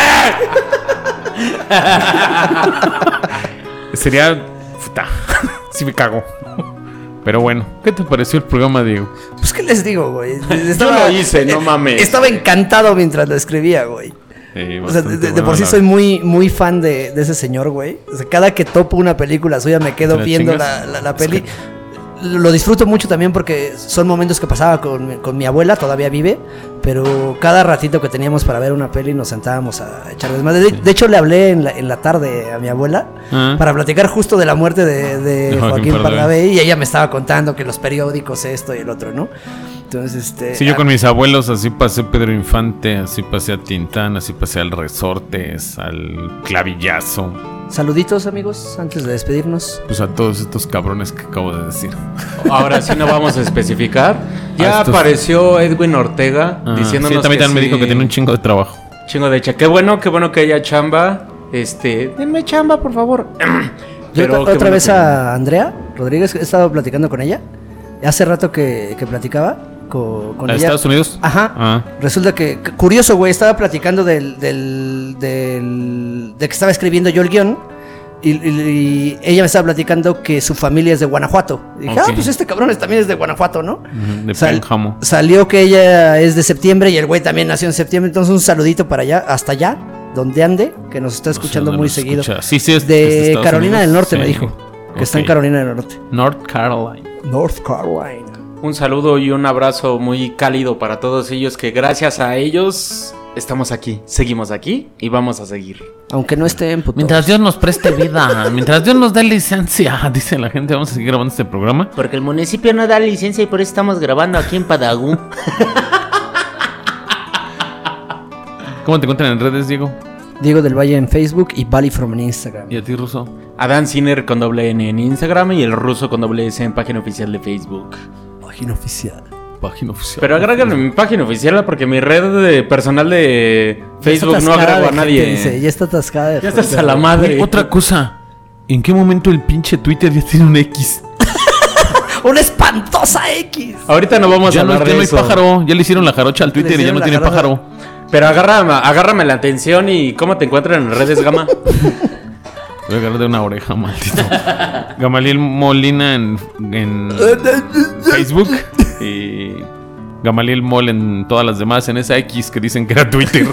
E: Sería. Puta. *laughs* Si me cago. Pero bueno, ¿qué te pareció el programa, Diego?
B: Pues, ¿qué les digo,
E: *laughs*
B: güey? eh,
F: lo hice, no mames.
B: Estaba encantado mientras lo escribía, güey. O sea, de, de- de por sí soy muy, muy fan de, de ese señor, güey. O sea, cada que topo una película suya me quedo
E: ¿Te la
B: viendo
E: chingas?
B: la, la- la peli. Lo disfruto mucho también porque son momentos que pasaba con, mi- con mi abuela, todavía vive, pero cada ratito que teníamos para ver una peli nos sentábamos a echar desmadre. De, de hecho, le hablé en la, en la tarde a mi abuela
E: Ah.
B: para platicar justo de la muerte de, de
E: *laughs* De Joaquín
B: Joaquín
E: Pardavé.
B: Pardavé y ella me estaba contando que los periódicos, esto y el otro, ¿no? Entonces, este.
E: Sí, yo
B: a-
E: con mis abuelos así pasé Pedro Infante, así pasé a Tintán, así pasé al Resortes, al Clavillazo,
B: Saluditos, amigos, antes de despedirnos.
E: pues a todos estos cabrones que acabo de decir.
F: Ahora sí no vamos
E: *laughs*
F: a especificar. Ya
E: Ah, estos-
F: apareció Edwin Ortega
E: Ah,
F: diciéndonos
E: sí, también
F: que
E: me dijo
F: sí.
E: que tiene un chingo de trabajo.
F: chingo de hecha. Qué bueno, qué bueno que haya chamba. Este, denme chamba, por favor.
B: Yo
F: *clears throat* Pero
B: otra-
F: qué
B: otra
F: bueno
B: vez
F: que-
B: a Andrea Rodríguez, he estado platicando con ella. Hace rato que, que platicaba co- con,
E: ¿A
B: ella.
E: Estados Unidos?
B: Ajá.
E: Ah.
B: Resulta que, c- curioso, güey, estaba platicando del, del, del- de que estaba escribiendo yo el guión. Y, y- y ella me estaba platicando que su familia es de Guanajuato. Y dije, ah,
E: Ok.
B: pues este cabrón es- también es de Guanajuato, ¿no?
E: Ujú, de
B: Sal-
E: Pénjamo.
B: Salió que ella es de septiembre y el güey también nació en septiembre. Entonces, un saludito para allá, hasta allá, donde ande, que nos está
E: No sé
B: escuchando
E: Pues, dónde
B: muy
E: nos
B: seguido.
E: escucha. Sí, sí, es- es
B: De
E: Estados
B: Carolina
E: Unidos.
B: del Norte, me
E: Sí.
B: dijo. Que está en
E: Ok.
B: Carolina del Norte.
E: North Carolina.
B: North Carolina.
F: Un saludo y un abrazo muy cálido para todos ellos que gracias a ellos estamos aquí, seguimos aquí y vamos a seguir.
B: Aunque no esté en puto.
A: Mientras Dios nos preste vida, mientras Dios nos dé
E: Licencia, *laughs* dice la gente, vamos a seguir grabando este programa.
G: Porque el municipio no da licencia y por eso estamos grabando aquí en Padagú.
E: ¿Cómo te encuentran en redes, Diego?
B: Diego del Valle en Facebook y Bali from en Instagram.
E: ¿Y a ti, Ruso?
F: Adán Ciner con doble N en Instagram y el ruso con doble S en página oficial de Facebook.
B: Página oficial.
E: Página oficial.
F: Pero agréganme mi página oficial porque mi red de personal de Facebook no agrego a nadie.
B: ya está atascada. de
F: ya
B: gente.
F: estás a la madre.
E: Otra cosa. ¿En qué momento el pinche Twitter ya tiene un X?
B: ¡Una espantosa X!
F: Ahorita no vamos a
E: Ya no,
F: hablar
E: ya
F: de
E: no hay
F: eso.
E: pájaro. Ya le hicieron la jarocha al Twitter y ya
B: hicieron
E: no
B: la
E: tiene
B: jarocha.
E: pájaro.
F: Pero agárrame, agárrame la atención y cómo te encuentran en redes gama. *laughs*
E: Voy a agarrar de una oreja, maldito. *laughs* Gamaliel Molina en, en Facebook y Gamaliel Mol en todas las demás, en esa X que dicen que era *laughs* Twitter,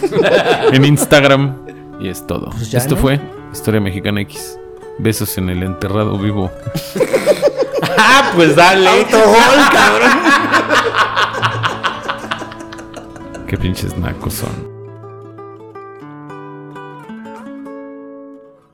E: en Instagram. Y es todo.
B: Pues ya,
E: Esto
B: ¿no?
E: fue Historia Mexicana X. Besos en el enterrado vivo.
F: ah, pues dale.
E: Qué pinches nacos son.